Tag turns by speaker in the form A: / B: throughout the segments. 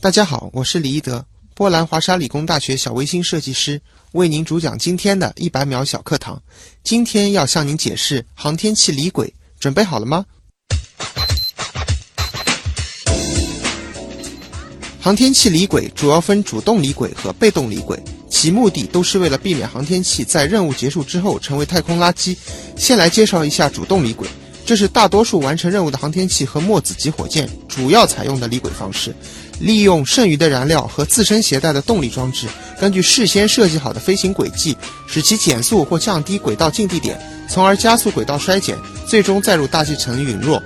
A: 大家好，我是李一德，波兰华沙理工大学小卫星设计师，为您主讲今天的一百秒小课堂。今天要向您解释航天器离轨，准备好了吗？航天器离轨主要分主动离轨和被动离轨，其目的都是为了避免航天器在任务结束之后成为太空垃圾。先来介绍一下主动离轨，这是大多数完成任务的航天器和墨子级火箭主要采用的离轨方式，利用剩余的燃料和自身携带的动力装置，根据事先设计好的飞行轨迹，使其减速或降低轨道近地点，从而加速轨道衰减，最终载入大气层陨落。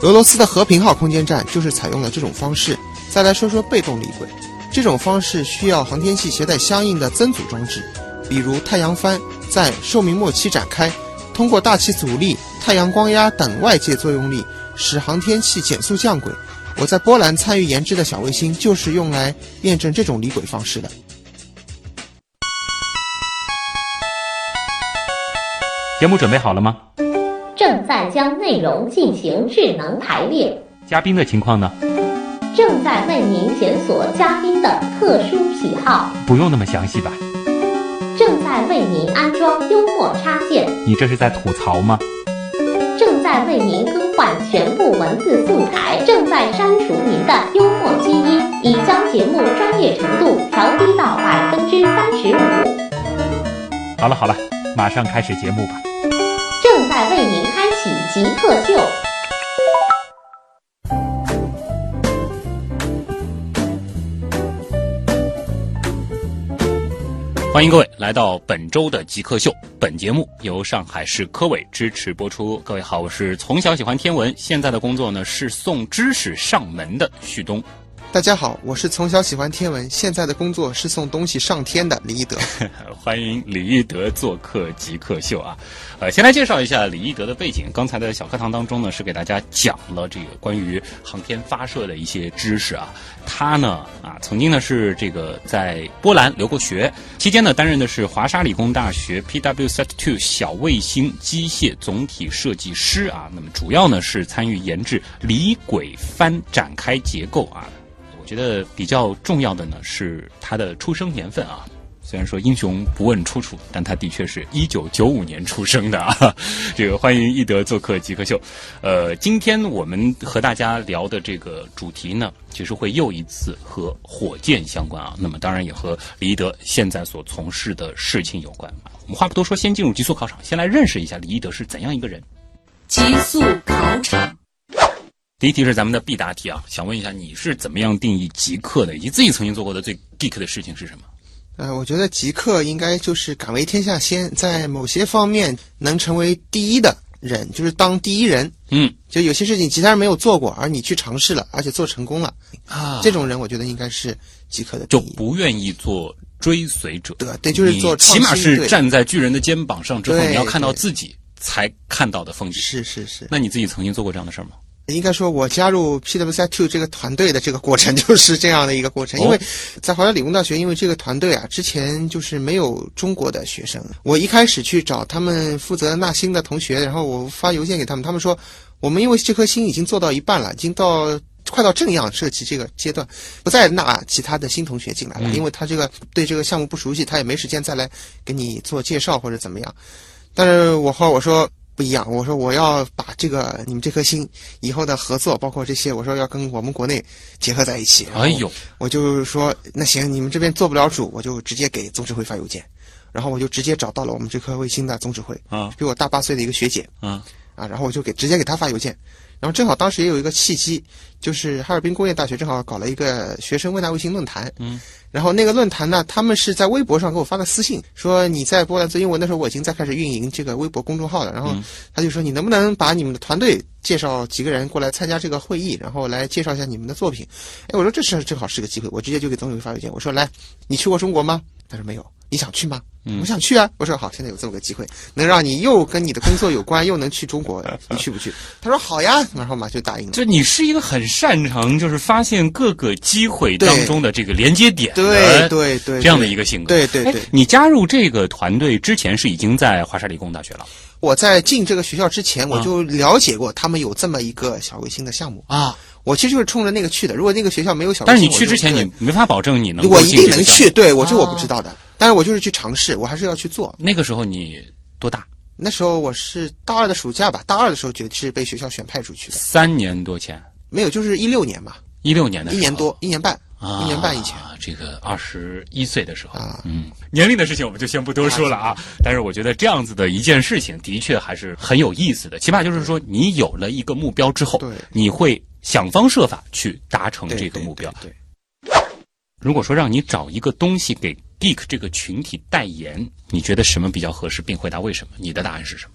A: 俄罗斯的和平号空间站就是采用了这种方式。再来说说被动离轨，这种方式需要航天器携带相应的增阻装置，比如太阳帆，在寿命末期展开，通过大气阻力、太阳光压等外界作用力，使航天器减速降轨。我在波兰参与研制的小卫星就是用来验证这种离轨方式的。
B: 节目准备好了吗？
C: 正在将内容进行智能排列，
B: 嘉宾的情况呢？
C: 正在为您检索嘉宾的特殊喜好，
B: 不用那么详细吧？
C: 正在为您安装幽默插件，
B: 你这是在吐槽吗？
C: 正在为您更换全部文字素材，正在删除您的幽默基因，已将节目专业程度调低到百分之三十五。
B: 好了好了，马上开始节目吧。
C: 正在为您开启极客秀，
D: 欢迎各位来到本周的极客秀。本节目由上海市科委支持播出。各位好，我是从小喜欢天文，现在的工作呢是送知识上门的旭东。
A: 大家好，我是从小喜欢天文，现在的工作是送东西上天的李一德。
D: 欢迎李一德做客极客秀啊。呃，先来介绍一下李一德的背景。刚才的小课堂当中呢，是给大家讲了这个关于航天发射的一些知识啊。他呢啊，曾经呢是这个在波兰留过学，期间呢担任的是华沙理工大学 PWSat2 小卫星机械总体设计师啊。那么主要呢是参与研制离轨帆展开结构啊。我觉得比较重要的呢是他的出生年份啊。虽然说英雄不问出处，但他的确是一九九五年出生的啊。 这个欢迎一德做客极客秀。呃，今天我们和大家聊的这个主题呢，其实会又一次和火箭相关啊。那么当然也和李一德现在所从事的事情有关啊。我们话不多说，先进入极速考场，先来认识一下李一德是怎样一个人。
E: 极速考场，
D: 第一题是咱们的必答题啊，想问一下你是怎么样定义极客的，以及自己曾经做过的最 geek 的事情是什么？
A: 呃，我觉得极客应该就是敢为天下先，在某些方面能成为第一的人，就是当第一人。
D: 嗯
A: 就有些事情其他人没有做过，而你去尝试了，而且做成功了，
D: 啊
A: 这种人我觉得应该是极客的
D: 就
A: 定义
D: 不愿意做追随者，
A: 对对，就是做
D: 你
A: 创
D: 起
A: 新，
D: 码是
A: 对
D: 站在巨人的肩膀上之后，
A: 对
D: 你要看到
A: 对
D: 自己才看到的风景。
A: 是是是，
D: 那你自己曾经做过这样的事儿吗？
A: 应该说，我加入 PWC Two 这个团队的这个过程 就是这样的一个过程。
D: 哦
A: 因为在华沙理工大学，因为这个团队啊，之前就是没有中国的学生。我一开始去找他们负责纳新的同学，然后我发邮件给他们，他们说我们因为这颗星已经做到一半了，已经到。快到正样设计这个阶段，不再纳其他的新同学进来
D: 嗯
A: 了，因为他这个对这个项目不熟悉，他也没时间再来给你做介绍或者怎么样。但是我和我说不一样，我说我要把这个你们这颗星以后的合作，包括这些，我说要跟我们国内结合在一起。
D: 哎，呦，
A: 我就说那行，你们这边做不了主，我就直接给总指挥发邮件，然后我就直接找到了我们这颗卫星的总指挥，
D: 啊
A: 比我大八岁的一个学姐
D: 啊
A: 啊，然后我就给直接给她发邮件。然后正好当时也有一个契机，就是哈尔滨工业大学正好搞了一个学生未来卫星论坛，
D: 嗯，
A: 然后那个论坛呢，他们是在微博上给我发的私信，说你在波兰做，因为我那时候我已经在开始运营这个微博公众号了，然后
D: 嗯
A: 他就说你能不能把你们的团队介绍几个人过来参加这个会议，然后来介绍一下你们的作品。哎，我说这事儿正好是个机会，我直接就给总指挥发邮件，我说来，你去过中国吗？他说没有，你想去吗？
D: 嗯
A: 我想去啊！我说好，现在有这么个机会，能让你又跟你的工作有关，又能去中国，你去不去？他说好呀，然后嘛就答应了。
D: 就你是一个很擅长就是发现各个机会
A: 对
D: 当中的这个连接点的
A: 对对对，
D: 这样的一个性格。
A: 对对对
D: 哎，你加入这个团队之前是已经在华沙理工大学了啊
A: 我在进这个学校之前，我就了解过他们有这么一个小卫星的项目。
D: 啊？
A: 我其实就是冲着那个去的。如果那个学校没有小，
D: 但是你去之前，你没法保证你能
A: 我
D: 够
A: 一
D: 进这
A: 定
D: 个
A: 能
D: 项目。
A: 去。对我这我不知道的，但是我就是去尝试，我还是要去做。
D: 那个时候你多大？
A: 那时候我是大二的暑假吧，大二的时候就是被学校选派出去的，
D: 三年多前，
A: 没有，就是一六年嘛，
D: 一六年的时
A: 一
D: 候
A: 年多，一年半，
D: 啊，
A: 一年半以前。
D: 这个二十一岁的时候
A: 啊
D: 嗯，年龄的事情我们就先不多说了啊。但是我觉得这样子的一件事情，的确还是很有意思的。起码就是说，你有了一个目标之后
A: 对，
D: 你会想方设法去达成
A: 对
D: 这个目标。
A: 对对对
D: 如果说让你找一个东西给 geek 这个群体代言，你觉得什么比较合适，并回答为什么？你的答案是什么？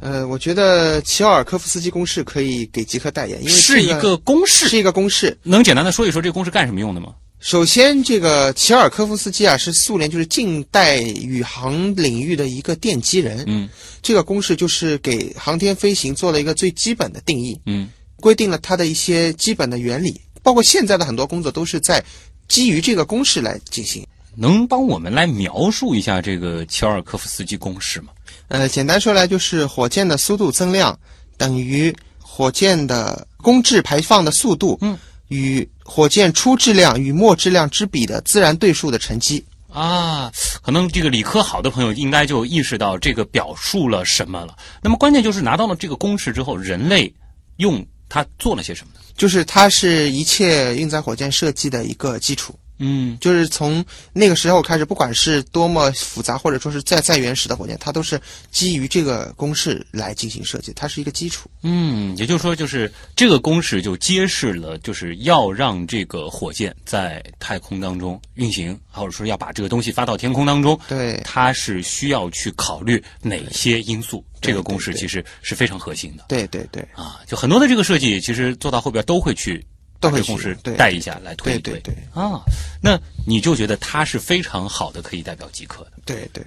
A: 呃，我觉得齐奥尔科夫斯基公式可以给极客代言，因为
D: 是
A: 这
D: 一个公式，
A: 是一个公式。
D: 能简单的说一说这个公式干什么用的吗？
A: 首先，这个齐尔科夫斯基啊，是苏联就是近代宇航领域的一个奠基人。
D: 嗯
A: 这个公式就是给航天飞行做了一个最基本的定义，
D: 嗯
A: 规定了它的一些基本的原理，包括现在的很多工作都是在基于这个公式来进行。
D: 能帮我们来描述一下这个乔尔科夫斯基公式吗？
A: 呃，简单说来就是火箭的速度增量等于火箭的公制排放的速度，
D: 嗯，
A: 与火箭初质量与末质量之比的自然对数的乘积。
D: 啊，可能这个理科好的朋友应该就意识到这个表述了什么了。那么关键就是拿到了这个公式之后，人类用它做了些什么呢？
A: 就是它是一切运载火箭设计的一个基础，
D: 嗯
A: 就是从那个时候开始，不管是多么复杂，或者说是再再原始的火箭，它都是基于这个公式来进行设计，它是一个基础。
D: 嗯，也就是说，就是这个公式就揭示了，就是要让这个火箭在太空当中运行，或者说要把这个东西发到天空当中，
A: 对，
D: 它是需要去考虑哪些因素。这个公式
A: 对对
D: 其实是非常核心的
A: 对对对，
D: 啊，就很多的这个设计，其实做到后边都会去
A: 都
D: 把
A: 会
D: 这个公式
A: 去对
D: 带一下来推
A: 对
D: 一
A: 对
D: 推
A: 对
D: 啊。那你就觉得它是非常好的，可以代表极客的，
A: 对对，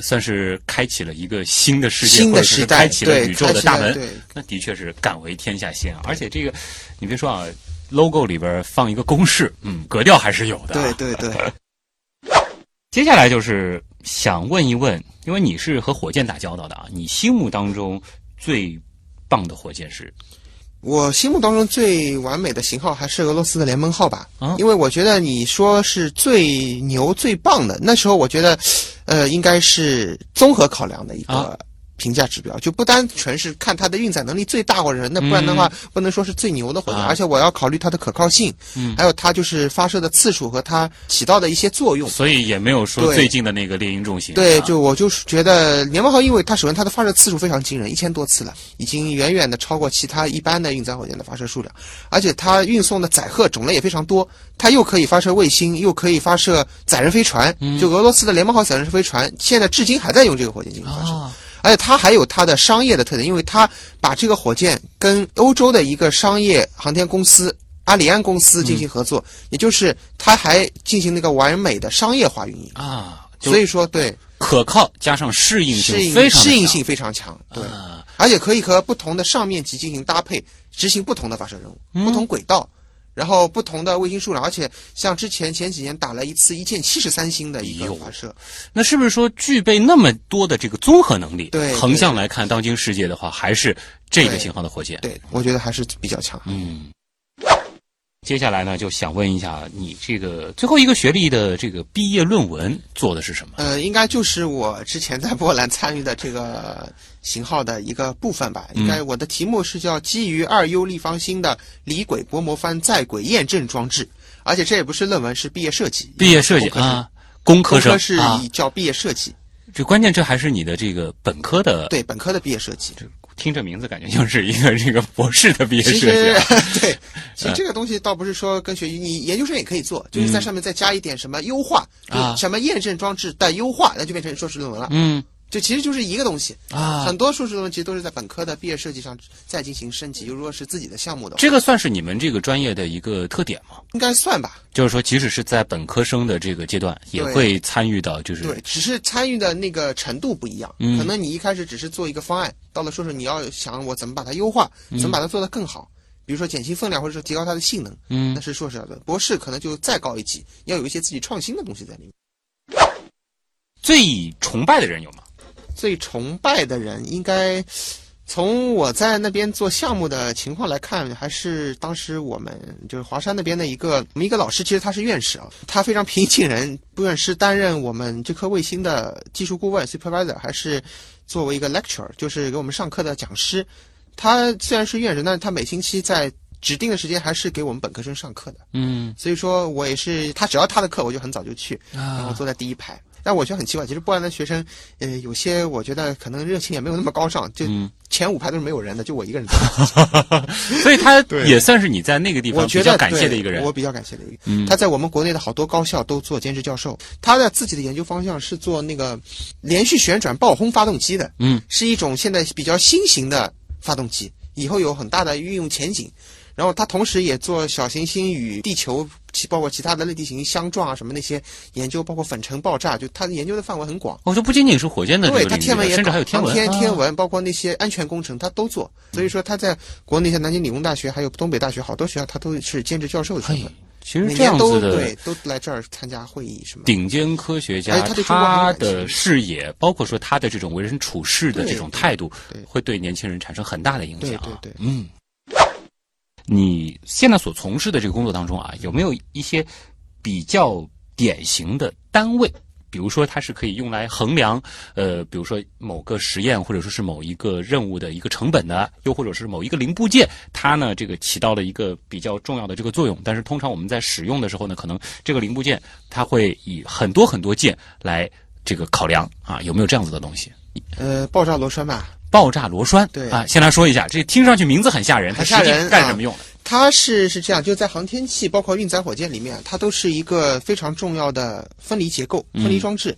D: 算是开启了一个新的世界，
A: 新
D: 或者
A: 的
D: 是
A: 时
D: 开
A: 代，
D: 启了
A: 对，
D: 宇宙
A: 开
D: 的
A: 启
D: 大
A: 了
D: 门。
A: 对，
D: 那的确是敢为天下先啊！而且这个，你别说啊，logo 里边放一个公式，嗯，格调还是有的、啊
A: 对。对对。
D: 接下来就是想问一问，因为你是和火箭打交道的啊，你心目当中最棒的火箭是？
A: 我心目当中最完美的型号还是俄罗斯的联盟号吧，
D: 啊
A: 因为我觉得你说是最牛最棒的，那时候我觉得，呃，应该是综合考量的一
D: 啊
A: 个评价指标，就不单纯是看它的运载能力最大或者是那不然的话、不能说是最牛的火箭，
D: 嗯啊
A: 而且我要考虑它的可靠性，
D: 嗯
A: 还有它就是发射的次数和它起到的一些作用。
D: 所以也没有说
A: 对
D: 最近的那个猎鹰重型、啊。
A: 对，就我就是觉得联盟号，因为它首先它的发射次数非常惊人，一千多次了，已经远远的超过其他一般的运载火箭的发射数量，而且它运送的载荷种类也非常多，它又可以发射卫星，又可以发射载人飞船，
D: 嗯
A: 就俄罗斯的联盟号载人飞船现在至今还在用这个火箭进行发射。
D: 啊，
A: 而且它还有它的商业的特点，因为它把这个火箭跟欧洲的一个商业航天公司阿里安公司进
D: 嗯
A: 行合作，也就是它还进行那个完美的商业化运营。
D: 啊，就
A: 所以说，对，
D: 可靠加上适应
A: 适
D: 性非常地
A: 适应
D: 强
A: 性非常强，对，
D: 啊。
A: 而且可以和不同的上面级进行搭配，执行不同的发射任务、不
D: 嗯
A: 同轨道，然后不同的卫星数量，而且像之前前几年打了一次一箭七十三星的一
D: 哎
A: 个
D: 呦
A: 发射，
D: 那是不是说具备那么多的这个综合能力？
A: 对
D: 横向来看，当今世界的话，还是这个型号的火箭。
A: 对我觉得还是比较强。
D: 嗯。接下来呢，就想问一下你这个最后一个学历的这个毕业论文做的是什么？
A: 呃，应该就是我之前在波兰参与的这个型号的一个部分吧。应该
D: 嗯
A: 我的题目是叫基于二 U 立方星的离轨薄膜帆在轨验证装置，而且这也不是论文，是毕业设计。
D: 毕业设计
A: 工科生，
D: 啊，工科
A: 工
D: 生
A: 科是
D: 啊，
A: 以叫毕业设计，
D: 这关键这还是你的这个本科的，
A: 对本科的毕业设计。
D: 听这名字感觉像是一个这个博士的毕业
A: 其
D: 设
A: 实
D: 计啊。
A: 对，其实这个东西倒不是说跟学习，你研究生也可以做，就是在上面再加一点什么优化，
D: 嗯啊
A: 就什么验证装置带优化，那就变成硕士论文了。
D: 嗯
A: 就其实就是一个东西，
D: 啊，
A: 很多硕士论文其实都是在本科的毕业设计上再进行升级。如果是自己的项目的话，
D: 这个算是你们这个专业的一个特点吗？
A: 应该算吧？
D: 就是说，即使是在本科生的这个阶段，也
A: 对
D: 会参与到就是
A: 对，只是参与的那个程度不一样，
D: 嗯
A: 可能你一开始只是做一个方案，到了硕士你要想我怎么把它优化，怎么把它做得更好。比如说减轻分量，或者说提高它的性能，
D: 嗯
A: 那，是硕士要的。博士可能就再高一级，要有一些自己创新的东西在里面。
D: 最崇拜的人有吗？
A: 最崇拜的人应该，从我在那边做项目的情况来看，还是当时我们就是华山那边的一个我们一个老师，其实他是院士啊，他非常平易近人。不管是担任我们这颗卫星的技术顾问 supervisor，还是作为一个 lecturer，就是给我们上课的讲师，他虽然是院士，但是他每星期在指定的时间还是给我们本科生上课的。
D: 嗯
A: 所以说我也是，他只要他的课，我就很早就去，然后
D: 啊，
A: 坐在第一排。但我觉得很奇怪，其实波兰的学生，呃，有些我觉得可能热情也没有那么高尚，就
D: 嗯
A: 前五排都是没有人的，就我一个人坐。
D: 所以他
A: 对
D: 也算是你在那个地
A: 我
D: 方
A: 觉
D: 比
A: 得
D: 较感谢的一个
A: 对
D: 人
A: 我。比较感谢的一个人。
D: 嗯，
A: 他在我们国内的好多高校都做兼职教授，他的自己的研究方向是做那个连续旋转爆轰发动机的，
D: 嗯，
A: 是一种现在比较新型的发动机，以后有很大的运用前景。然后他同时也做小行星与地球，其包括其他的类地行星相撞啊什么那些研究，包括粉尘爆炸，就他的研究的范围很广。
D: 我哦说不仅仅是火箭的这个
A: 对
D: 领域
A: 他天文也搞
D: 甚至还有天文、
A: 航天
D: 啊
A: 天文，包括那些安全工程，他都做。所以说他在国内像南京理工大学，还有东北大学，好多学校他都是兼职教授的身
D: 嘿
A: 份。，
D: 哎其实
A: 每
D: 这
A: 年
D: 样
A: 都
D: 子的
A: 对，都来这儿参加会议什么的。
D: 顶尖科学家，
A: 哎他
D: 他
A: 对中国很感兴趣
D: 的视野，包括说他的这种为人处事的
A: 对
D: 这种态度
A: 对对，
D: 会对年轻人产生很大的影响、啊。
A: 对对对
D: 嗯。你现在所从事的这个工作当中啊，有没有一些比较典型的单位？比如说，它是可以用来衡量，呃，比如说某个实验或者说是某一个任务的一个成本呢，又或者是某一个呃零部件，它呢这个起到了一个比较重要的这个作用。但是通常我们在使用的时候呢，可能这个零部件它会以很多很多件来这个考量啊，有没有这样子的东西？
A: 呃，爆炸螺栓吧，
D: 爆炸螺栓，
A: 对
D: 啊，先来说一下，这听上去名字很吓人，它
A: 很
D: 实
A: 吓
D: 际
A: 人
D: 干
A: 啊
D: 什么用的？
A: 它是是这样，就在航天器包括运载火箭里面，它都是一个非常重要的分离结构、分离装置。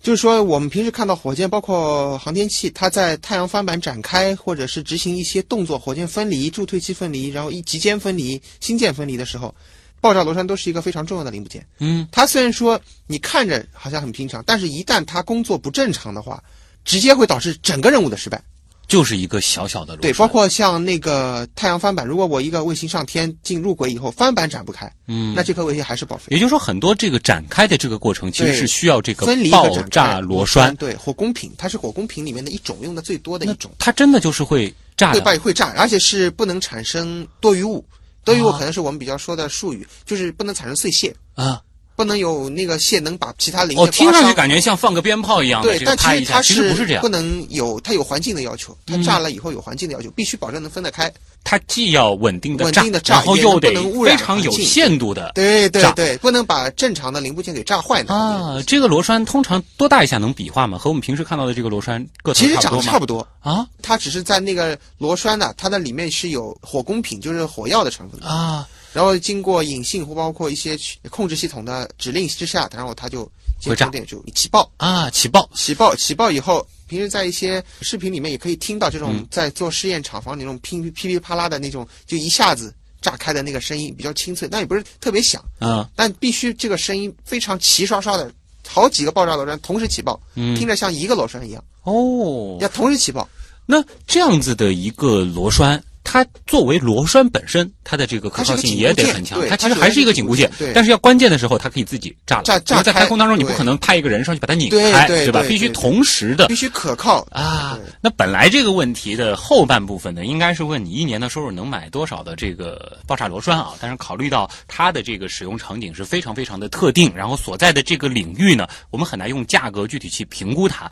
A: 就是说，我们平时看到火箭，包括航天器，它在太阳帆板展开，或者是执行一些动作，火箭分离、助推器分离，然后一极尖分离、星舰分离的时候，爆炸螺栓都是一个非常重要的零部件。
D: 嗯，
A: 它虽然说你看着好像很平常，但是一旦它工作不正常的话，直接会导致整个任务的失败。
D: 就是一个小小的螺
A: 对，
D: 栓，
A: 包括像那个太阳帆板，如果我一个卫星上天进入轨以后，帆板展不开，
D: 嗯，
A: 那这颗卫星还是报废。
D: 也就是说，很多这个展开的这个过程，其实
A: 对
D: 是需要这个
A: 分离和
D: 爆
A: 展开哎
D: 炸螺栓，
A: 对，火工品，它是火工品里面的一种，用的最多的一种，
D: 它真的就是会炸
A: 对
D: 的。
A: 吧？会炸，而且是不能产生多余物。多余物
D: 啊
A: 可能是我们比较说的术语，就是不能产生碎屑，
D: 啊！
A: 不能有那个屑能把其他零件
D: 哦，听上
A: 刮
D: 去
A: 伤
D: 感觉像放个鞭炮一样的，
A: 对，
D: 这个
A: 但
D: 啪
A: 其
D: 一
A: 实它
D: 下，其实不是这样嗯
A: 不。能有，它有环境的要求，它炸了以后有环境的要求，必须保证能分得开。
D: 它既要稳定的
A: 稳
D: 炸，
A: 定地炸
D: 然后又得
A: 也不能污
D: 非
A: 染
D: 常有
A: 环境
D: 限度的
A: 对对
D: 炸
A: 对，不能把正常的零部件给炸坏呢。
D: 啊。这个螺栓通常多大一下能比划吗？和我们平时看到的这个螺栓个头
A: 其实
D: 差
A: 长得
D: 不多
A: 差
D: 吗？
A: 不多，
D: 啊
A: 它只是在那个螺栓呢、它那里面是有火工品，就是火药的成分，
D: 啊，
A: 然后经过引信或包括一些去控制系统的指令之下，然后它就接
D: 会炸
A: 触电就起爆，
D: 啊，起爆！
A: 起爆，起爆以后，平时在一些视频里面也可以听到这
D: 嗯
A: 种在做试验厂房里那种噼噼噼啪啦的那种，就一下子炸开的那个声音比较清脆，但也不是特别响，
D: 嗯
A: 但必须这个声音非常齐刷刷的，好几个爆炸螺栓同时起爆，听
D: 嗯，
A: 着像一个螺栓一样，
D: 哦
A: 要，同时起爆。
D: 那这样子的一个螺栓，它作为螺栓本身，它的这个可靠性也得很强。它
A: 它
D: 其
A: 是
D: 实
A: 个紧固件对它是个紧固件，对
D: 还是一个紧固件但是要关键的时候，它可以自己炸了。
A: 炸
D: 因为在
A: 炸开
D: 太空当中，你不
A: 对
D: 可能派一个人上去把它拧
A: 对
D: 开，
A: 对
D: 吧？
A: 对
D: 必须
A: 对
D: 同时的
A: 必须可靠
D: 啊
A: 对。
D: 那本来这个问题的后半部分呢，应该是问你一年的收入能买多少的这个爆炸螺栓啊。但是考虑到它的这个使用场景是非常非常的特定，然后所在的这个领域呢，我们很难用价格具体去评估它。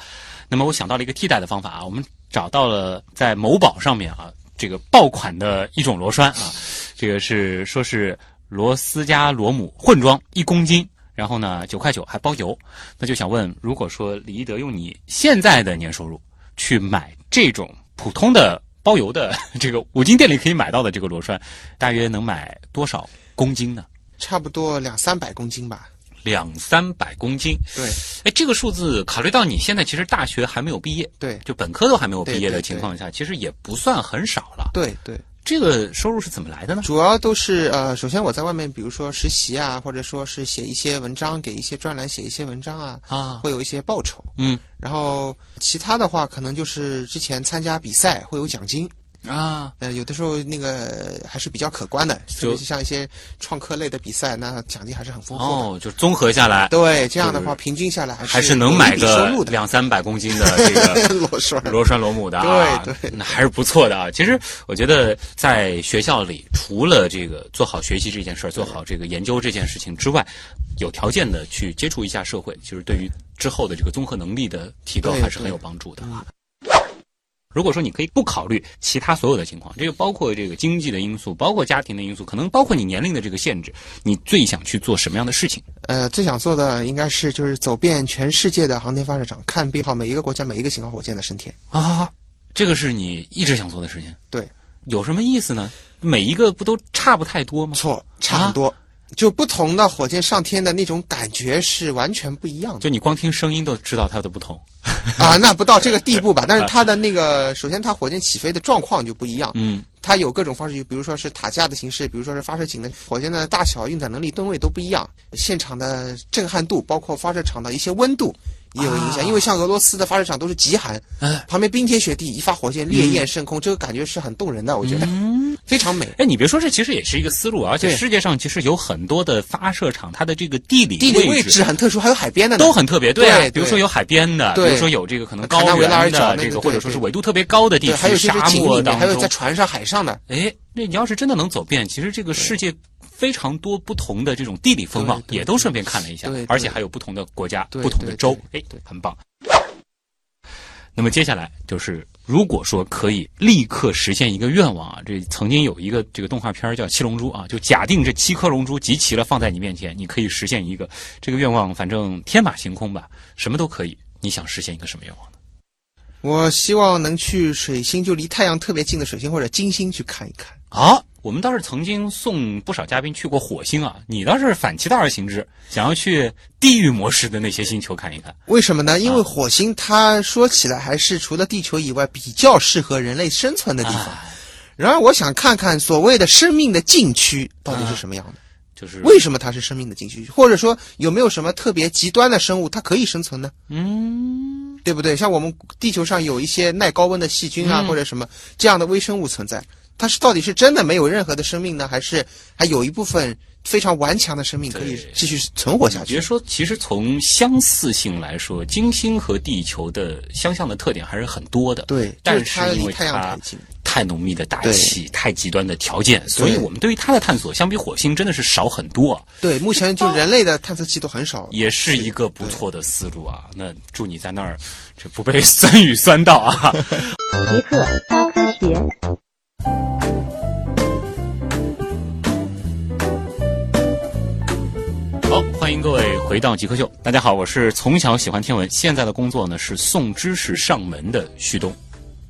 D: 那么我想到了一个替代的方法啊，我们找到了在某宝上面啊这个爆款的一种螺栓啊，这个是说是螺丝加螺母混装一公斤。然后呢，九块九还包邮，那就想问，如果说李一德用你现在的年收入去买这种普通的包邮的这个五金店里可以买到的这个螺栓，大约能买多少公斤呢？
A: 差不多两三百公斤吧。
D: 两三百公斤。
A: 对
D: 哎，这个数字考虑到你现在其实大学还没有毕业，
A: 对
D: 就本科都还没有毕业
A: 对
D: 的
A: 对
D: 情况下，其实也不算很少了。
A: 对对，
D: 这个收入是怎么来的呢？
A: 主要都是呃，首先我在外面，比如说实习啊，或者说是写一些文章，给一些专栏写一些文章啊，
D: 啊，
A: 会有一些报酬。
D: 嗯，
A: 然后其他的话，可能就是之前参加比赛会有奖金，
D: 啊，
A: 呃，有的时候那个还是比较可观的，特别是像一些创客类的比赛，那奖金还是很丰富的。
D: 哦，就综合下来
A: 对，这样的话
D: 就是
A: 平均下来还是
D: 还是能买
A: 有
D: 个
A: 一笔收入 的。
D: 两三百公斤的这个
A: 螺栓
D: 螺栓螺母的、啊，
A: 对对
D: 那还是不错的啊。其实我觉得在学校里，除了这个做好学习这件事儿，做好这个研究这件事情之外，有条件的去接触一下社会，就是对于之后的这个综合能力的提高
A: 对
D: 还是很
A: 对
D: 有帮助的啊。如果说你可以不考虑其他所有的情况，这个包括这个经济的因素，包括家庭的因素，可能包括你年龄的这个限制，你最想去做什么样的事情？
A: 呃，最想做的应该是就是走遍全世界的航天发射场，看遍好每一个国家每一个型号火箭的升天。
D: 啊，这个是你一直想做的事情。
A: 对，
D: 有什么意思呢？每一个不都差不太多吗？
A: 错，差
D: 啊
A: 不多。就不同的火箭上天的那种感觉是完全不一样的
D: 就你光听声音都知道它的不同。
A: 啊，那不到这个地 步吧？但是它的那个，首先它火箭起飞的状况就不一样，
D: 嗯，
A: 它有各种方式，比如说是塔架的形式，比如说是发射井的火箭的大小、运载能力、吨位都不一样，现场的震撼度，包括发射场的一些温度也有影响。因为像俄罗斯的发射场都是极寒，
D: 啊哎
A: 旁边冰天雪地，一发火箭烈焰升空，这个感觉是很动人的，我觉得、非常美。
D: 哎，你别说，这其实也是一个思路，啊而且
A: 对
D: 世界上其实有很多的发射场，它的这个地理
A: 地理
D: 位
A: 位置很特殊，还有海边的呢
D: 都很特别，对啊，
A: 对
D: 比如说有海边的，比
A: 对
D: 如说有这个可能
A: 坎
D: 高
A: 纳维拉尔
D: 原
A: 角
D: 的
A: 那
D: 这
A: 个
D: 个，或者
A: 对
D: 说是
A: 对
D: 纬度特别高的地
A: 对，还有
D: 区，
A: 就是
D: 沙
A: 井
D: 漠
A: 里面，
D: 当
A: 还有在
D: 中。
A: 船上、海上的，
D: 哎，那你要是真的能走遍，其实这个世界非常多不同的这种地理风貌，
A: 对对
D: 也都顺便看了一下
A: 对对，
D: 而且还有不同的国家、
A: 对
D: 不同的州，哎，很棒。那么接下来就是，如果说可以立刻实现一个愿望啊，这曾经有一个这个动画片儿叫《七龙珠》啊，就假定这七颗龙珠集齐了放在你面前，你可以实现一个这个愿望，反正天马行空吧，什么都可以。你想实现一个什么愿望呢？
A: 我希望能去水星，就离太阳特别近的水星或者金星去看一看。
D: 啊，我们倒是曾经送不少嘉宾去过火星啊，你倒是反其道而行之，想要去地狱模式的那些星球看一看。
A: 为什么呢？因为火星它说起来还是除了地球以外比较适合人类生存的地方。
D: 啊，
A: 然而，我想看看所谓的生命的禁区到底是什么样的？
D: 就是
A: 为什么它是生命的禁区？或者说有没有什么特别极端的生物它可以生存呢？
D: 嗯，
A: 对不对？像我们地球上有一些耐高温的细菌啊，
D: 嗯
A: 或者什么这样的微生物存在，它是到底是真的没有任何的生命呢，还 是还有一部分非常顽强的生命可以
D: 对
A: 继续存活下
D: 你别
A: 去？
D: 说，其实从相似性来说，金星和地球的相像的特点还是很多的。
A: 对，
D: 但
A: 就是
D: 是
A: 它
D: 因
A: 离
D: 为
A: 太阳太
D: 它
A: 近，
D: 太浓密的大
A: 对
D: 气、太极端的条件，所以我们对于它的探索，相比火星真的是少很多啊。
A: 对，目前就人类的探测器都很少，
D: 也是一个不错的思路啊。那祝你在那儿这不被酸雨酸到啊！
C: 极客高科学。
D: 好，欢迎各位回到极客秀。大家好，我是从小喜欢天文，现在的工作呢是送知识上门的旭东。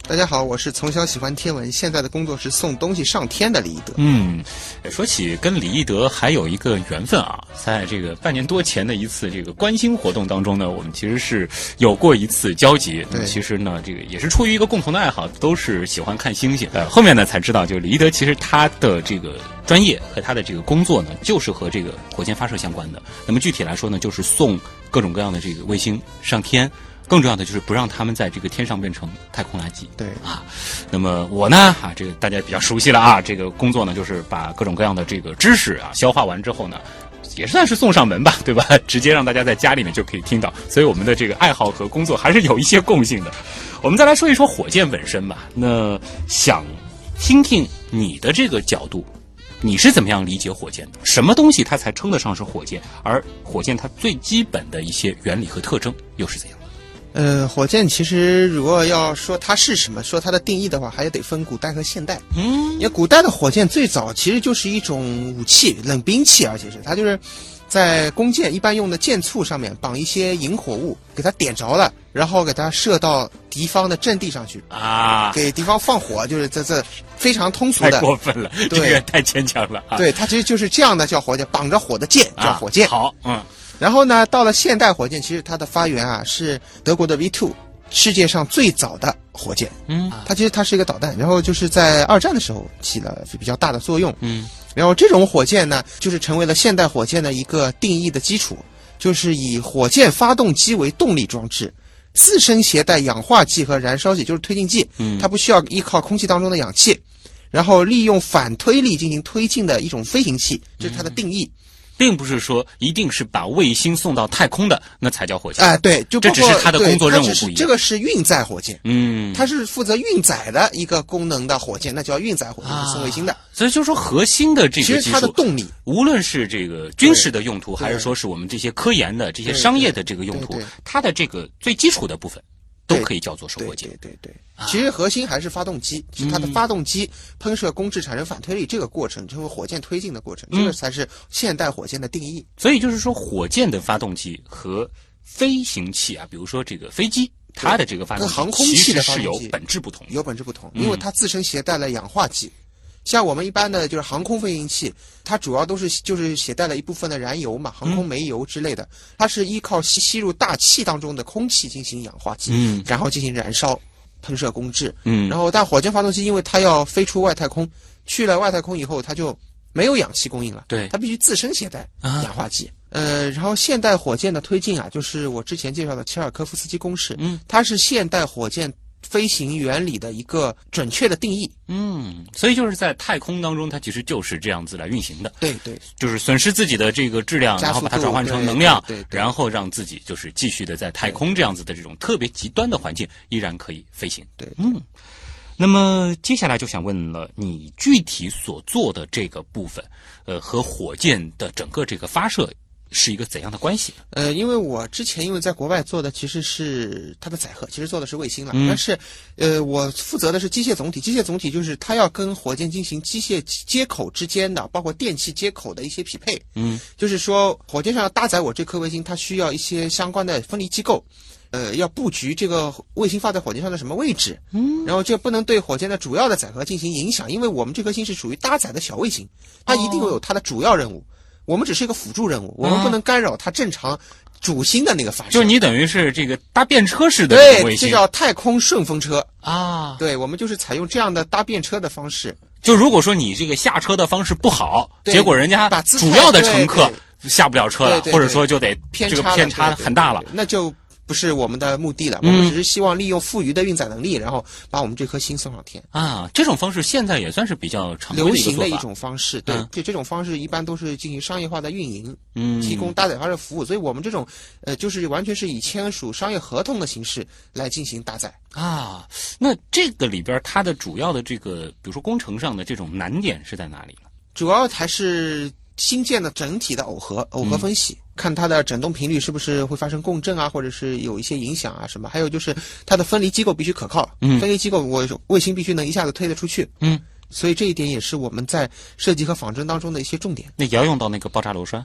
A: 大家好，我是从小喜欢天文，现在的工作是送东西上天的李一德。
D: 嗯，说起跟李一德还有一个缘分啊，在这个半年多前的一次这个观星活动当中呢，我们其实是有过一次交集。那么
A: 对
D: 其实呢，这个也是出于一个共同的爱好，都是喜欢看星星。呃，后面呢才知道，就李一德其实他的这个专业和他的这个工作呢，就是和这个火箭发射相关的。那么具体来说呢，就是送各种各样的这个卫星上天，更重要的就是不让他们在这个天上变成太空垃圾。
A: 对，
D: 啊。那么我呢，啊，这个大家比较熟悉了啊，这个工作呢，就是把各种各样的这个知识啊消化完之后呢。也算是送上门吧，对 吧？直接让大家在家里面就可以听到，所以我们的这个爱好和工作还是有一些共性的。我们再来说一说火箭本身吧。那想听听你的这个角度，你是怎么样理解火箭的？什么东西它才称得上是火箭？而火箭它最基本的一些原理和特征又是怎样的？
A: 呃，火箭其实如果要说它是什么，说它的定义的话，还得分古代和现代。
D: 嗯
A: 因为古代的火箭最早其实就是一种武器，冷兵器，而且是它就是在弓箭一般用的箭簇上面绑一些引火物，给它点着了，然后给它射到敌方的阵地上去，
D: 啊，
A: 给敌方放火，就是这这非常通俗
D: 太
A: 的。
D: 过分了，这
A: 对
D: 个太牵强了啊！
A: 对，它其实就是这样的叫火箭，绑着火的箭
D: 啊，
A: 叫火箭。
D: 好，嗯，
A: 然后呢，到了现代火箭，其实它的发源啊是德国的 V2，世界上最早的火箭。
D: 嗯
A: 它其实它是一个导弹，然后就是在二战的时候起了比较大的作用。
D: 嗯，
A: 然后这种火箭呢，就是成为了现代火箭的一个定义的基础，就是以火箭发动机为动力装置，自身携带氧化剂和燃烧剂，就是推进剂，
D: 嗯
A: 它不需要依靠空气当中的氧气，然后利用反推力进行推进的一种飞行器，这是它的
D: 嗯
A: 定义。
D: 并不是说一定是把卫星送到太空的，那才叫火箭。
A: 哎、对，就
D: 这
A: 包
D: 只是
A: 括
D: 它的
A: 对
D: 工作任
A: 它
D: 务
A: 只是
D: 不一样
A: 这个是运载火箭，
D: 嗯，
A: 它是负责运载的一个功能的火箭，那叫运载火箭，是送卫星的。
D: 所以就是说核心的这
A: 其
D: 个
A: 实
D: 啊技
A: 它的
D: 术，
A: 动力，
D: 无论是这个军事的用途，还是
A: 对
D: 说是我们这些科研的、这些
A: 对
D: 商业的这个用途
A: 对对，
D: 它的这个最基础的部分，都
A: 对
D: 可以叫做是
A: 对
D: 火
A: 对
D: 箭。
A: 对对，
D: 啊
A: 其实核心还是发动机，
D: 嗯
A: 是它的发动机喷射工质产生反推力这个过程，称为火箭推进的过程，
D: 嗯
A: 这个才是现代火箭的定义。
D: 所以就是说，火箭的发动机和飞行器啊，比如说这个飞机，它的这个发动
A: 跟航
D: 机
A: 空
D: 其
A: 器
D: 实
A: 的发
D: 是
A: 动
D: 有
A: 机
D: 本质不同的。嗯
A: 有本质不同，因为它自身携带了氧化剂。像我们一般的就是航空飞行器，它主要都是就是携带了一部分的燃油嘛，
D: 嗯
A: 航空煤油之类的，它是依靠吸吸入大气当中的空气进行氧化剂，
D: 嗯
A: 然后进行燃烧，喷射工质。
D: 嗯
A: 然后但火箭发动机因为它要飞出外太空，去了外太空以后，它就没有氧气供应了，
D: 对
A: 它必须自身携带
D: 啊
A: 氧化剂。呃，然后现代火箭的推进啊，就是我之前介绍的切尔科夫斯基公式，
D: 嗯，
A: 它是现代火箭飞行原理的一个准确的定义。
D: 嗯，所以就是在太空当中，它其实就是这样子来运行的，
A: 对对，
D: 就是损失自己的这个质量，
A: 加
D: 然
A: 速度
D: 后把它转换成能量
A: 对对对，对
D: 然后让自己就是继续的在太空这样子的这种特别极端的环境依然可以飞行。
A: 对对
D: 嗯。那么接下来就想问了，你具体所做的这个部分，呃，和火箭的整个这个发射是一个怎样的关系？
A: 呃，因为我之前因为在国外做的其实是它的载荷，其实做的是卫星了，
D: 嗯
A: 但是，呃，我负责的是机械总体，机械总体就是它要跟火箭进行机械接口之间的，包括电气接口的一些匹配。
D: 嗯，
A: 就是说火箭上要搭载我这颗卫星，它需要一些相关的分离机构。呃，要布局这个卫星放在火箭上的什么位置，嗯，然后这不能对火箭的主要的载荷进行影响，因为我们这颗星是属于搭载的小卫星，它一定会有它的主要任务，我们只是一个辅助任务，我们不能干扰它正常主星的那个发射。
D: 哦就是你等于是这个搭便车式的这种卫
A: 对，这
D: 星
A: 叫太空顺风车。
D: 啊，
A: 对，我们就是采用这样的搭便车的方式，
D: 就如果说你这个下车的方式不好，
A: 对
D: 结果人家
A: 把姿态
D: 主要的乘客下不了车了，
A: 对对对
D: 或者说就得
A: 偏
D: 这
A: 差
D: 个
A: 了
D: 偏差
A: 对对
D: 很大了
A: 对。对那就不是我们的目的了。
D: 嗯
A: 我们只是希望利用富余的运载能力，然后把我们这颗星送上天。
D: 啊，这种方式现在也算是比较常规
A: 流
D: 啊的一个
A: 行的
D: 做
A: 一
D: 法。
A: 种方式，对
D: 嗯，
A: 这这种方式一般都是进行商业化的运营，
D: 嗯，
A: 提供搭载发射服务，所以我们这种，呃，就是完全是以签署商业合同的形式来进行搭载。
D: 啊，那这个里边它的主要的这个，比如说工程上的这种难点是在哪里呢？
A: 主要还是新建的整体的耦合耦
D: 嗯
A: 合分析，看它的振动频率是不是会发生共振啊，或者是有一些影响啊什么。还有就是它的分离机构必须可靠，
D: 嗯
A: 分离机构我卫星必须能一下子推得出去，
D: 嗯，
A: 所以这一点也是我们在设计和仿真当中的一些重点。
D: 那也要用到那个爆炸螺栓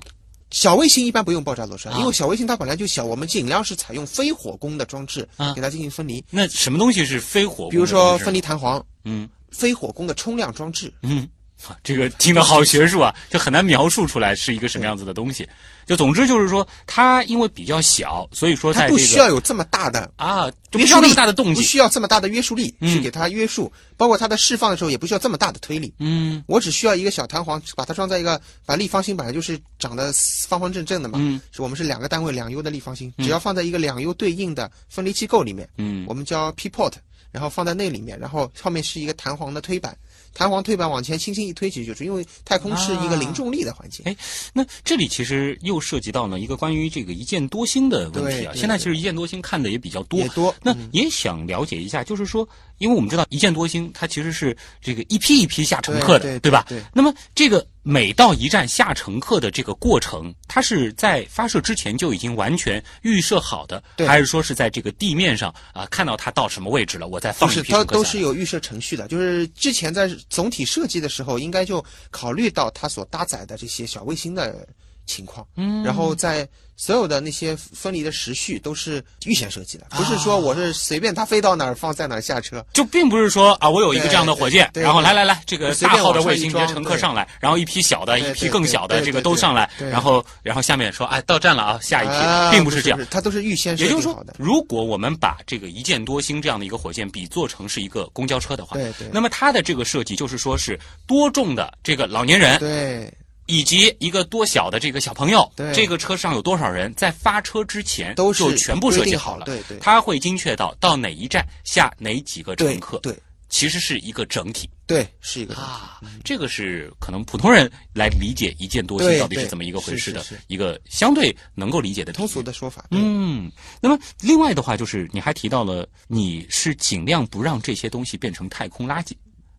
A: 小卫星一般不用爆炸螺栓，
D: 啊
A: 因为小卫星它本来就小，我们尽量是采用非火攻的装置
D: 啊
A: 给它进行分离，
D: 那什么东西是非火？
A: 比如说分离，弹簧、
D: 嗯
A: 非火攻的冲量装置。
D: 嗯。啊 这个听得好学术啊，就很难描述出来是一个什么样子的东西。就总之就是说，它因为比较小，所以说在
A: 它
D: 这
A: 不
D: 个
A: 需要有这么大的
D: 啊，就不
A: 约
D: 需
A: 束
D: 要那
A: 力
D: 么大的动
A: 不
D: 机。
A: 需要这么大的约束力
D: 嗯
A: 去给它约束，包括它的释放的时候也不需要这么大的推力。
D: 嗯
A: 我只需要一个小弹簧，把它装在一个，把立方星本来就是长得方方正正的嘛，
D: 嗯
A: 是我们是两个单位两 U 的立方星，只要放在一个两 U 对应的分离机构里面，
D: 嗯
A: 我们叫 P port，然后放在那里面，然后上面是一个弹簧的推板，弹簧推板往前轻轻一推其实就是，因为太空是一个零重力的环境。
D: 哎，那这里其实又涉及到呢一个关于这个一箭多星的问题啊。
A: 对对
D: 现在其实一箭多星看的也比较多
A: 也，多，嗯
D: 那也想了解一下，就是说，因为我们知道一箭多星，它其实是这个一批一批下乘客
A: 对对
D: 的，对吧
A: 对对？
D: 那么这个每到一站下乘客的这个过程，它是在发射之前就已经完全预设好的，
A: 对
D: 还是说是在这个地面上啊看到它到什么位置了，我再
A: 不
D: 放一
A: 是，
D: 批
A: 它
D: 乘客
A: 都
D: 下
A: 是
D: 来？
A: 有预设程序的，就是之前在总体设计的时候，应该就考虑到它所搭载的这些小卫星的情况，嗯，然后在所有的那些分离的时序都是预先设计的，不是
D: 啊
A: 说我是随便它飞到哪儿放在哪儿下车，
D: 就并不是说啊，我有一个
A: 对
D: 这样的火箭，
A: 对对
D: 然后
A: 对
D: 来来来，这个
A: 随
D: 大
A: 便
D: 号的
A: 往上
D: 卫
A: 一
D: 星
A: 装
D: 的乘客
A: 对
D: 上来，然后一批小的，
A: 对
D: 一
A: 对
D: 批
A: 对
D: 更
A: 对
D: 小的，
A: 对
D: 这个
A: 对
D: 都
A: 对
D: 上来，
A: 对
D: 然后然后下面说，哎，到站了啊，下一批，
A: 啊
D: 并
A: 不
D: 是这样
A: 不。它都是预先设
D: 也就
A: 定
D: 是说
A: 好的，，
D: 如果我们把这个一箭多星这样的一个火箭比做成是一个公交车的话，
A: 对对
D: 那么它的这个设计就是说是多重的这个老年人
A: 对。
D: 以及一个多小的这个小朋友
A: 对，
D: 这个车上有多少人，在发车之前
A: 都是
D: 就全部设
A: 规
D: 计
A: 定
D: 好了。
A: 对对
D: 它会精确到到哪一站下哪几个
A: 对
D: 乘客，
A: 对
D: 其实是一个整体
A: 对，是一个东西
D: 啊。这个是可能普通人来理解一件多
A: 对
D: 星到底是
A: 对
D: 怎么一个回
A: 是
D: 事的
A: 是是
D: 一个相对能够理解的比喻
A: 通俗的说法。对，
D: 嗯，那么另外的话就是，你还提到了你是尽量不让这些东西变成太空垃圾。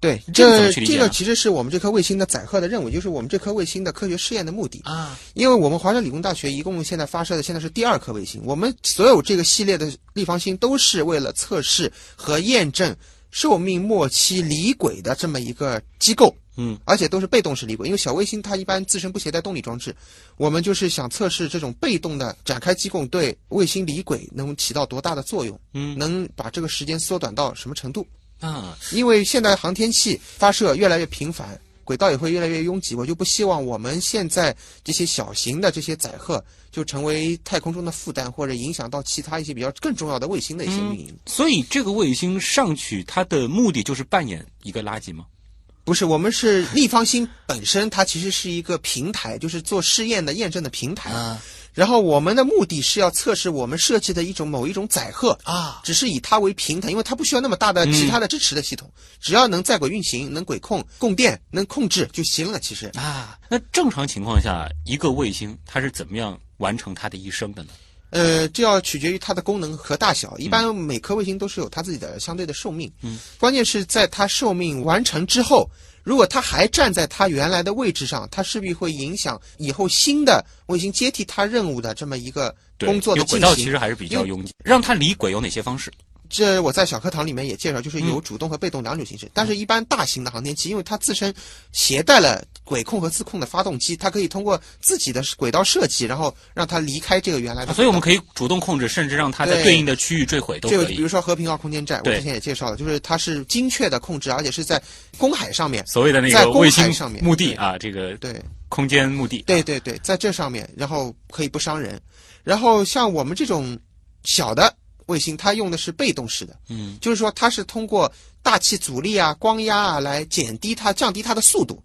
A: 对，
D: 这个怎么
A: 这
D: 去理解啊
A: 这个
D: 呢
A: 其实是我们这颗卫星的载荷的任务，就是我们这颗卫星的科学试验的目的
D: 啊。
A: 因为我们华山理工大学一共现在发射的现在是第二颗卫星，我们所有这个系列的立方星都是为了测试和验证寿命末期离轨的这么一个机构。
D: 嗯，
A: 而且都是被动式离轨，因为小卫星它一般自身不携带动力装置，我们就是想测试这种被动的展开机构对卫星离轨能起到多大的作用，
D: 嗯
A: 能把这个时间缩短到什么程度。
D: 啊，
A: 因为现在航天器发射越来越频繁，轨道也会越来越拥挤，我就不希望我们现在这些小型的这些载荷就成为太空中的负担，或者影响到其他一些比较更重要的卫星的一些运营。
D: 所以这个卫星上去，它的目的就是扮演一个垃圾吗？
A: 不是，我们是立方星本身，它其实是一个平台，就是做试验的验证的平台。然后我们的目的是要测试我们设计的一种某一种载荷
D: 啊，
A: 只是以它为平台，因为它不需要那么大的其他的支持的系统，只要能在轨运行、能轨控、供电、能控制就行了。其实
D: 啊，那正常情况下，一个卫星它是怎么样完成它的一生的呢？
A: 呃，这要取决于它的功能和大小。一般每颗卫星都是有它自己的相对的寿命，嗯，关键是在它寿命完成之后，如果它还站在它原来的位置上，它势必会影响以后新的卫星接替它任务的这么一个
D: 对
A: 工作
D: 因
A: 的
D: 为轨
A: 进
D: 道
A: 行。
D: 其实还是比较拥挤，让它离轨有哪些方式？
A: 这我在小课堂里面也介绍，就是
D: 嗯
A: 有主动和被动两种形式。但是，一般大型的航天器，因为它自身携带了轨控和自控的发动机，它可以通过自己的轨道设计，然后让它离开这个原来的。
D: 啊所以我们可以主动控制，甚至让它在
A: 呃对
D: 对应的区域坠毁都
A: 这个
D: 可
A: 比
D: 以。
A: 如说和平号空间站，我
D: 对
A: 之前也介绍了，就是它是精确的控制，而且是在公海上面。
D: 所谓的那
A: 在
D: 个
A: 公海
D: 卫星
A: 上面
D: 目的啊，这个
A: 对
D: 空间目的，啊
A: 对对对，在这上面，然后可以不伤人。然后像我们这种小的卫星，它用的是被动式的，
D: 嗯，
A: 就是说它是通过大气阻力啊、光压啊来减低它、降低它的速度，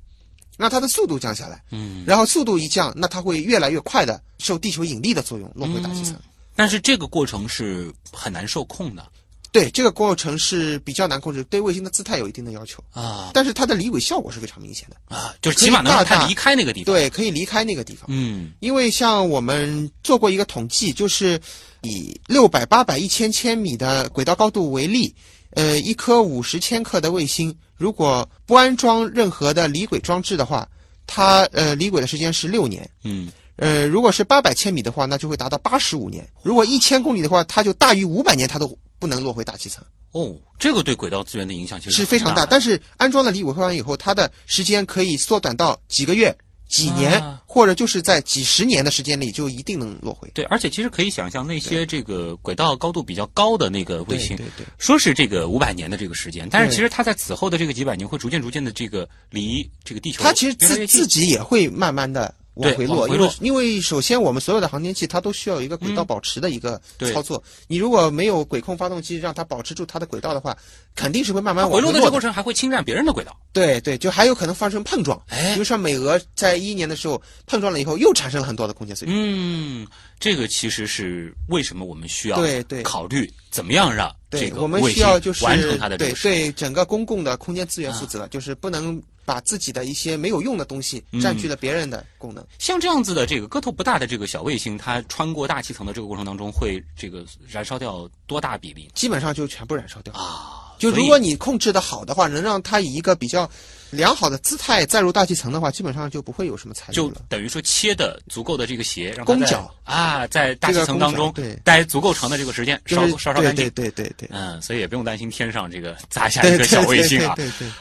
A: 让它的速度降下来。
D: 嗯，
A: 然后速度一降，那它会越来越快的受地球引力的作用落回大气
D: 嗯
A: 层。
D: 但是这个过程是很难受控的
A: 对，这个过程是比较难控制，对卫星的姿态有一定的要求，
D: 啊
A: 但是它的离轨效果是非常明显的。
D: 啊，就是起码能让它离开那个地方。，
A: 对，可以离开那个地方。
D: 嗯
A: 因为像我们做过一个统计，就是以六百、八百、一千千米的轨道高度为例，呃，一颗五十千克的卫星，如果不安装任何的离轨装置的话，它呃离轨的时间是六年。
D: 嗯，
A: 呃，如果是八百千米的话，那就会达到八十五年；如果一千公里的话，它就大于五百年，它都不能落回大气层，
D: 哦，这个对轨道资源的影响其实
A: 是非常
D: 大
A: 大。
D: 的。
A: 但是安装了离轨环以后，它的时间可以缩短到几个月、几年，
D: 啊
A: 或者就是在几十年的时间里就一定能落回。
D: 对，而且其实可以想象，那些这个轨道高度比较高的那个卫星，
A: 对对对
D: 说是这个五百年的这个时间，但是
A: 对
D: 其实它在此后的这个几百年会逐渐逐渐的这个离这个地球
A: 它其实
D: 越来
A: 自
D: 越近
A: 自己也会慢慢的往
D: 对
A: 回落，
D: 往回
A: 因为
D: 落
A: 因为首先我们所有的航天器它都需要有一个轨道保持的一个
D: 对
A: 操作，你如果没有轨控发动机让它保持住它的轨道的话，肯定是会慢慢
D: 它
A: 往
D: 回落
A: 的
D: 的这个过程还会侵占别人的轨道。
A: 对对，就还有可能发生碰撞，
D: 哎
A: 比如说美俄在一一年的时候碰撞了以后，又产生了很多的空间碎片。
D: 嗯，这个其实是为什么我们需要
A: 对对
D: 考虑怎么样让这
A: 对，
D: 个
A: 我们
D: 卫
A: 需
D: 星
A: 要就是
D: 完成它的这
A: 对
D: 个使命
A: 对整个公共的空间资源
D: 啊
A: 负责，就是不能把自己的一些没有用的东西
D: 嗯
A: 占据了别人的功能。
D: 像这样子的这个个头不大的这个小卫星，它穿过大气层的这个过程当中，会这个燃烧掉多大比例呢
A: 基本上就全部燃烧掉。
D: 啊？
A: 就
D: 所以
A: 如果你控制的好的话，能让它以一个比较良好的姿态载入大气层的话，基本上就不会有什么残留
D: 就
A: 了。
D: 等于说切的足够的这个斜，让它
A: 攻
D: 在
A: 角
D: 啊，在大气层当中
A: 这个攻角对
D: 待足够长的这个时间，
A: 就
D: 烧
A: 是
D: 烧烧干
A: 对
D: 净。
A: 对对 对对
D: 嗯，所以也不用担心天上这个砸下一
A: 对
D: 个
A: 对
D: 小卫星啊。
A: 对对对对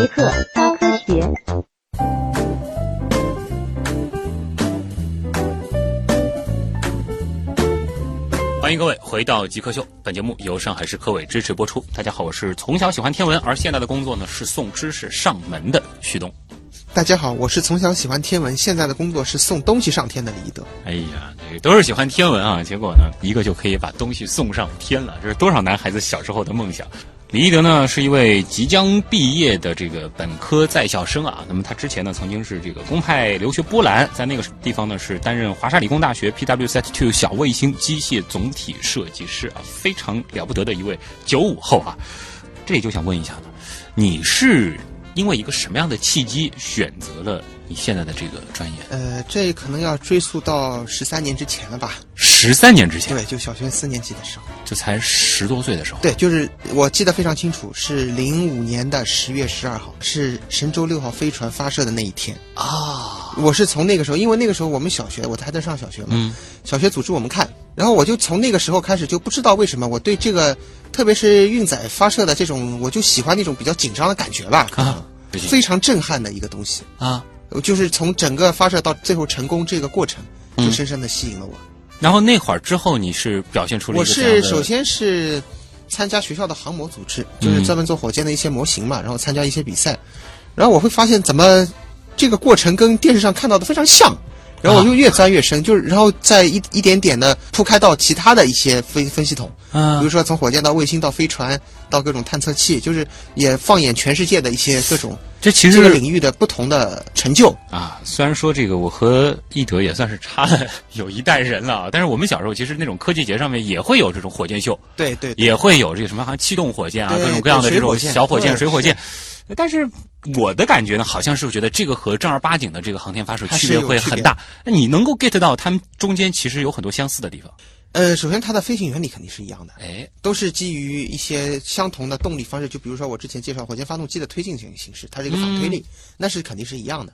C: 极客高科学。
D: 欢迎各位回到极客秀，本节目由上海市科委支持播出。大家好，我是从小喜欢天文，而现在的工作呢是送知识上门的旭东。
A: 大家好，我是从小喜欢天文，现在的工作是送东西上天的李德。
D: 哎呀，这个都是喜欢天文啊，结果呢，一个就可以把东西送上天了，这是多少男孩子小时候的梦想。李一德呢是一位即将毕业的这个本科在校生啊。那么他之前呢曾经是这个公派留学波兰，在那个地方呢是担任华沙理工大学 PWSat-2 小卫星机械总体设计师啊，非常了不得的一位九五后啊。这里就想问一下了，你是因为一个什么样的契机选择了你现在的这个专业？
A: 呃，这可能要追溯到十三年之前了吧？
D: 十三年之前，
A: 对，就小学四年级的时候。
D: 这才十多岁的时候，
A: 对，就是我记得非常清楚，是零五年的十月十二号，是神舟六号飞船发射的那一天。
D: 啊，
A: 我是从那个时候，因为那个时候我们小学，我还在上小学嘛，
D: 嗯
A: 小学组织我们看，然后我就从那个时候开始就不知道为什么我对这个，特别是运载发射的这种，我就喜欢那种比较紧张的感觉吧，可能
D: 啊
A: 非常震撼的一个东西，
D: 啊，
A: 就是从整个发射到最后成功这个过程，就
D: 嗯
A: 深深的吸引了我。
D: 然后那会儿之后，你是表现出了一
A: 我
D: 个怎样
A: 是
D: 的
A: 首先是参加学校的航模组织，
D: 嗯
A: 就是专门做火箭的一些模型嘛，然后参加一些比赛，然后我会发现怎么这个过程跟电视上看到的非常像，然
D: 啊
A: 后我就越钻越深，就是然后再一一点点的铺开到其他的一些分分系统，比
D: 啊
A: 如说从火箭到卫星到飞船到各种探测器，就是也放眼全世界的一些各种
D: 这其
A: 这个
D: 实
A: 领域的不同的成就。
D: 啊，虽然说这个我和易德也算是差了有一代人了啊，但是我们小时候其实那种科技节上面也会有这种火箭秀，
A: 对对
D: 也会有这个什么好像气动火箭啊，
A: 对
D: 各种各样的
A: 对
D: 这种
A: 水火箭
D: 小火箭、
A: 对
D: 水火箭。但是我的感觉呢，好像是觉得这个和正儿八经的这个航天发射
A: 还是
D: 区别
A: 有
D: 会
A: 区
D: 很
A: 别
D: 大。那你能够 get 到他们中间其实有很多相似的地方。
A: 呃，首先它的飞行原理肯定是一样的，
D: 哎，
A: 都是基于一些相同的动力方式，就比如说我之前介绍火箭发动机的推进型形式，它是一个反推力，那是肯定是一样的。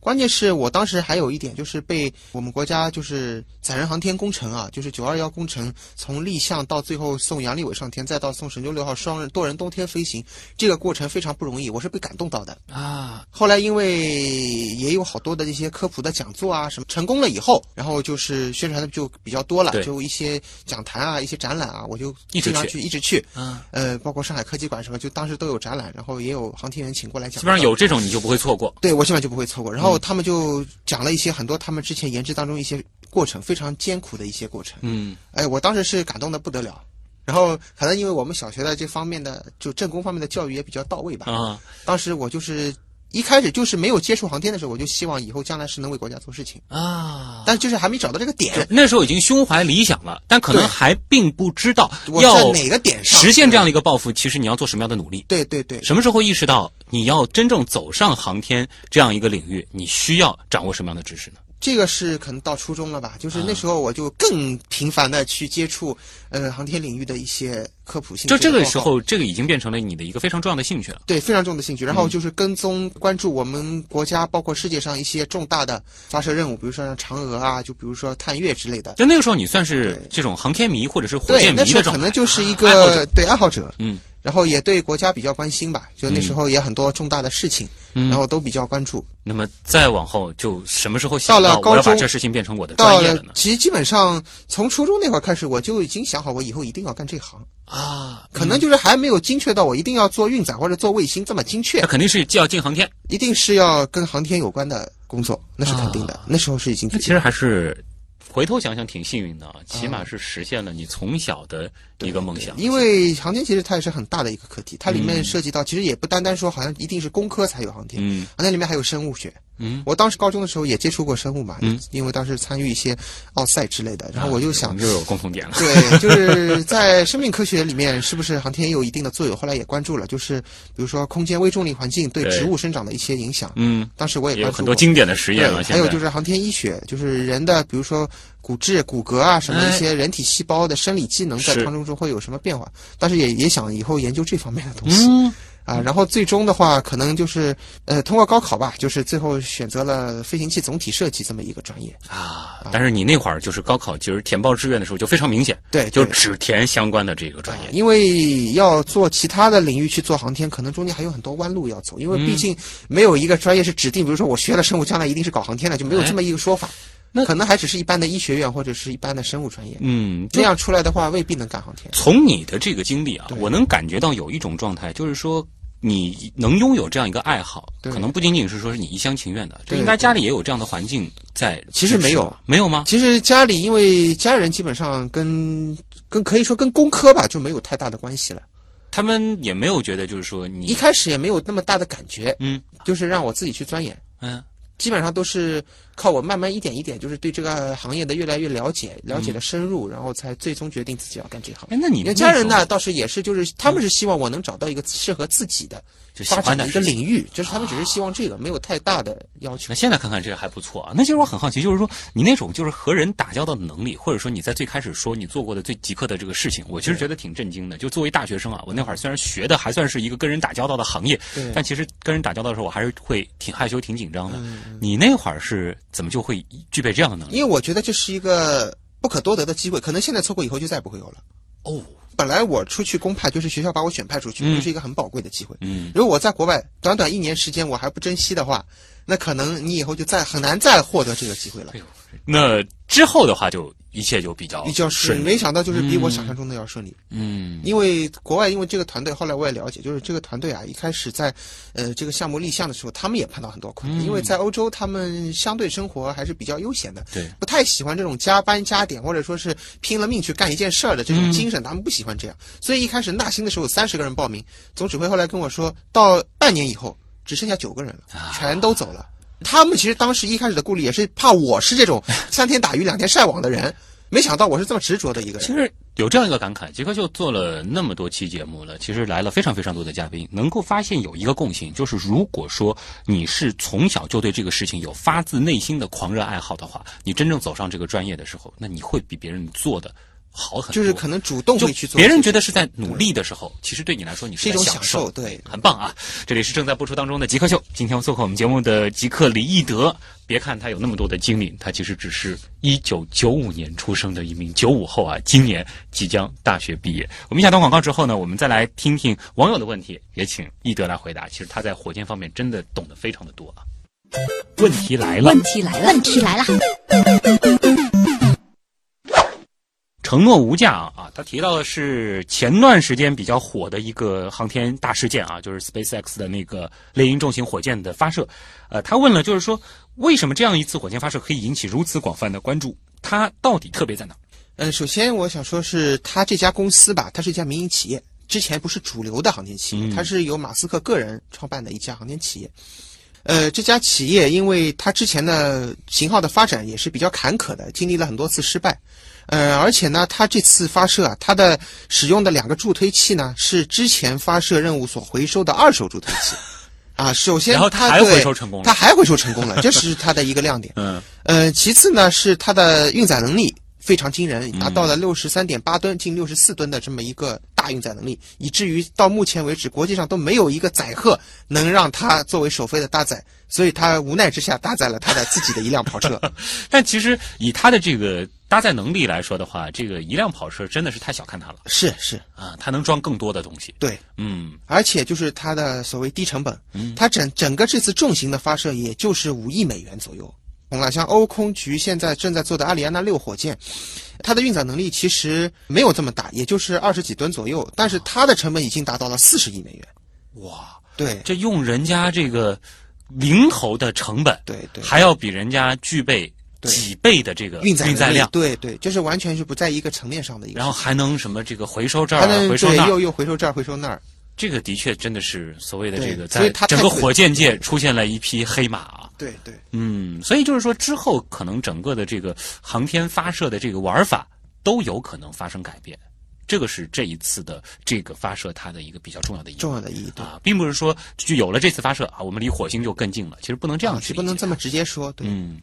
A: 关键是我当时还有一点就是被我们国家就是载人航天工程啊，就是九二幺工程从立项到最后送杨利伟上天，再到送神舟六号双人多人冬天飞行，这个过程非常不容易，我是被感动到的。
D: 啊，
A: 后来因为也有好多的这些科普的讲座啊，什么成功了以后，然后就是宣传的就比较多了
D: 对，
A: 就一些讲坛啊、一些展览啊，我就
D: 一直
A: 经常去，
D: 去
A: 一直去。
D: 嗯，
A: 呃，包括上海科技馆什么，就当时都有展览，然后也有航天员请过来讲。
D: 基本上有。嗯这种你就不会错过。
A: 对，我基本上就不会错过。然后他们就讲了一些很多他们之前研制当中一些过程，非常艰苦的一些过程。
D: 嗯，
A: 哎，我当时是感动的不得了。然后可能因为我们小学的这方面的就政工方面的教育也比较到位吧，
D: 啊，
A: 当时我就是一开始就是没有接触航天的时候，我就希望以后将来是能为国家做事情，
D: 啊。
A: 但就是还没找到这个点，
D: 那时候已经胸怀理想了，但可能
A: 对
D: 还并不知道
A: 我
D: 要
A: 在哪个点上
D: 实现这样的
A: 的？
D: 一个抱负，其实你要做什么样的努力。
A: 对对对，
D: 什么时候意识到你要真正走上航天这样一个领域，你需要掌握什么样的知识呢？
A: 这个是可能到初中了吧，就是
D: 啊
A: 那时候我就更频繁的去接触呃航天领域的一些科普性。
D: 就这个时。候，这个已经变成了你的一个非常重要的兴趣了。
A: 对，非常重的兴趣，然
D: 嗯
A: 后就是跟踪关注我们国家，包括世界上一些重大的发射任务，比如说像嫦娥啊，就比如说探月之类的。
D: 但那个时候，你算是这种航天迷或者是火
A: 对，
D: 箭迷
A: 那时
D: 的
A: 候
D: 状
A: 可能
D: 态。啊
A: 就是一
D: 爱好
A: 个
D: 者
A: 对爱好者，
D: 嗯，
A: 然后也对国家比较关心吧，就那时候也很多重大的事情，
D: 嗯
A: 然后都比较关注。
D: 那么再往后，就什么时候想
A: 到
D: 到
A: 了高
D: 我要把
A: 中
D: 这事情变成我的
A: 到
D: 专业
A: 了
D: 了呢？
A: 其实基本上从初中那会儿开始，我就已经想好我以后一定要干这行，
D: 啊，
A: 可能就是还没有精确到我一定要做运载或者做卫星这么精确
D: 那，肯定是既要进航天。
A: 一定是要跟航天有关的工作，那是肯定的
D: 啊。
A: 那时候是已经
D: 那其实还是回头想想挺幸运的啊，起码是实现了你从小的一个梦想。
A: 因为航天其实它也是很大的一个课题，它里面涉及到其实也不单单说好像一定是工科才有航天，
D: 嗯
A: 啊，那里面还有生物学。
D: 嗯，
A: 我当时高中的时候也接触过生物嘛，
D: 嗯
A: 因为当时参与一些奥赛之类的，然后我就
D: 我
A: 想
D: 们，啊又有共同点了。
A: 对，就是 在生命科学里面，是不是航天也有一定的作用？后来也关注了，就是比如说空间微重力环境对
D: 对
A: 植物生长的一些影响，
D: 嗯，
A: 当时我也
D: 也
A: 关
D: 有
A: 注
D: 很
A: 过
D: 多经典的实验啊。，
A: 对，还有就是是航天医学，就是人的，比如说骨质、骨骼啊，什么
D: 哎
A: 一些人体细胞的生理机能在
D: 是
A: 当中中会有什么变化？但是也也想以后研究这方面的东西、
D: 嗯，
A: 啊。然后最终的话，可能就是呃，通过高考吧，就是最后选择了飞行器总体设计这么一个专业。
D: 啊，但是你那会儿就是高考，就是填报志愿的时候就非常明显，
A: 对，
D: 就
A: 对
D: 只填相关的这个专
A: 啊
D: 业。
A: 因为要做其他的领域去做航天，可能中间还有很多弯路要走，因为
D: 嗯
A: 毕竟没有一个专业是指定，比如说我学了生物，将来一定是搞航天的，就没有这么一个说法。
D: 哎那
A: 可能还只是一般的医学院或者是一般的生物专业，
D: 嗯，
A: 这
D: 就
A: 样出来的话未必能干航天。
D: 从你的这个经历啊，
A: 对
D: 我能感觉到有一种状态，就是说。你能拥有这样一个爱好，
A: 对
D: 可能不仅仅是说是你一厢情愿的，这
A: 对
D: 应该
A: 对
D: 家里也有这样的环境在。
A: 其实没有，
D: 没有吗？
A: 其实家里因为家人基本上跟跟可以说跟工科吧就没有太大的关系了，
D: 他们也没有觉得就是说
A: 一
D: 你
A: 开始也没有那么大的感觉，
D: 嗯
A: 就是让我自己去钻研，
D: 嗯
A: 基本上都是靠我慢慢一点一点，就是对这个行业的越来越了解，了解的深入，然后才最终决定自己要干这行。
D: 嗯哎，那你
A: 你
D: 那
A: 的家人
D: 时
A: 呢，
D: 候
A: 倒是也是，就是他们是希望我能找到一个适合自己的
D: 就喜
A: 发
D: 欢
A: 展
D: 的
A: 的一个
D: 事情啊
A: 领域，就是他们只是希望这个，没有太大的要求
D: 那。现在看看这个还不错啊。那其实我很好奇，就是说你那种就是和人打交道的能力，或者说你在最开始说你做过的最极客的这个事情，我其实觉得挺震惊的。就作为大学生啊，我那会儿虽然学的还算是一个跟人打交道的行业
A: 对，
D: 但其实跟人打交道的时候，我还是会挺害羞、挺紧张的。你那会儿是怎么就会具备这样的能
A: 因
D: 力？
A: 为我觉得这是一个不可多得的机会，可能现在错过以后就再也不会有了。
D: 哦，
A: 本来我出去公派，就是学校把我选派出去，
D: 嗯
A: 就是一个很宝贵的机会。
D: 嗯，
A: 如果我在国外短短一年时间我还不珍惜的话，那可能你以后就再很难再获得这个机会了。
D: 那之后的话就一切就比较
A: 比较
D: 顺
A: 顺，
D: 利
A: 没想到就是比我想象中的要顺利。
D: 嗯
A: 因为国外，因为这个团队，后来我也了解，就是这个团队啊，一开始在呃这个项目立项的时候，他们也碰到很多困难，
D: 嗯
A: 因为在欧洲，他们相对生活还是比较悠闲的，
D: 对，
A: 不太喜欢这种加班加点或者说是拼了命去干一件事儿的这种
D: 嗯
A: 精神，他们不喜欢这样。所以一开始纳新的时候，三十个人报名，总指挥后来跟我说，到半年以后只剩下九个人
D: 啊
A: 了，全都走了。他们其实当时一开始的顾虑也是怕我是这 种三天打鱼两天晒网的人，没想到我是这么执着的一个人。
D: 其实有这样一个感慨，杰克就做了那么多期节目了，其实来了非常非常多的嘉宾，能够发现有一个共性，就是如果说你是从小就对这个事情有发自内心的狂热爱好的话，你真正走上这个专业的时候，那你会比别人做的好很多。
A: 就是可能主动
D: 就
A: 会去做这些事情，
D: 别人觉得是在努力的时候，其实对你来说你
A: 是一
D: 在
A: 种
D: 享
A: 享受，对，
D: 很棒啊！这里是正在播出当中的《极客秀》，今天做客我们节目的极客李一德。别看他有那么多的经历，他其实只是一九九五年出生的一名九五后啊，今年即将大学毕业。我们下段广告之后呢，我们再来听听网友的问题，也请一德来回答。其实他在火箭方面真的懂得非常的多啊。问题来了
E: 问，题来了，问题来了，
D: 承诺无价啊，他提到的是前段时间比较火的一个航天大事件啊，就是 SpaceX 的那个猎鹰重型火箭的发射。呃，他问了，就是说为什么这样一次火箭发射可以引起如此广泛的关注？它到底特别在哪？
A: 嗯，首先我想说是他这家公司吧，它是一家民营企业，之前不是主流的航天企业，
D: 嗯
A: 它是由马斯克个人创办的一家航天企业。呃，这家企业因为它之前的型号的发展也是比较坎坷的，经历了很多次失败。呃，而且呢，它这次发射啊，它的使用的两个助推器呢，是之前发射任务所回收的二手助推器。啊，首先
D: 然后
A: 它
D: 还
A: 对
D: 回收成功了
A: 它还回收成功了，这是它的一个亮点。
D: 嗯，
A: 呃，其次呢是它的运载能力非常惊人，达到了
D: 嗯
A: 六十三点八吨，近六十四吨的这么一个大运载能力，以至于到目前为止，国际上都没有一个载荷能让它作为首飞的搭载，所以它无奈之下搭载了它的自己的一辆跑 车。
D: 但其实以它的这个搭载能力来说的话，这个一辆跑车真的是太小看它了
A: 是是，
D: 啊，它能装更多的东西。
A: 对，
D: 嗯，
A: 而且就是它的所谓低成本，它整整个这次重型的发射也就是五亿美元左右。懂了，像欧空局现在正在做的阿里安娜六火箭，它的运载能力其实没有这么大，也就是二十几吨左右，但是它的成本已经达到了四十亿美元。
D: 哇，
A: 对
D: 这用人家这个零头的成本，
A: 对对，
D: 还要比人家具备
A: 对
D: 几倍的这个
A: 运载能力
D: 量，
A: 对对，就是完全是不在一个层面上的一个
D: 然后
A: 事情。
D: 还能什么这个回收这儿
A: 它
D: 啊
A: 能
D: 回收
A: 对
D: 那儿，
A: 又又回收这儿回收那儿，
D: 这个的确真的是所谓的
A: 对
D: 这个
A: 所
D: 在
A: 以它太
D: 整个
A: 贵
D: 火箭界出现了一匹黑马啊。
A: 对对。
D: 嗯，所以就是说之后可能整个的这个航天发射的这个玩法都有可能发生改变，这个是这一次的这个发射它的一个比较重要的意义
A: 重要的意义对
D: 啊，并不是说就有了这次发射啊，我们离火星就更近了，其实不能这样
A: 啊
D: 去
A: 是
D: 理
A: 不
D: 解、
A: 能这么直接说，对，
D: 嗯。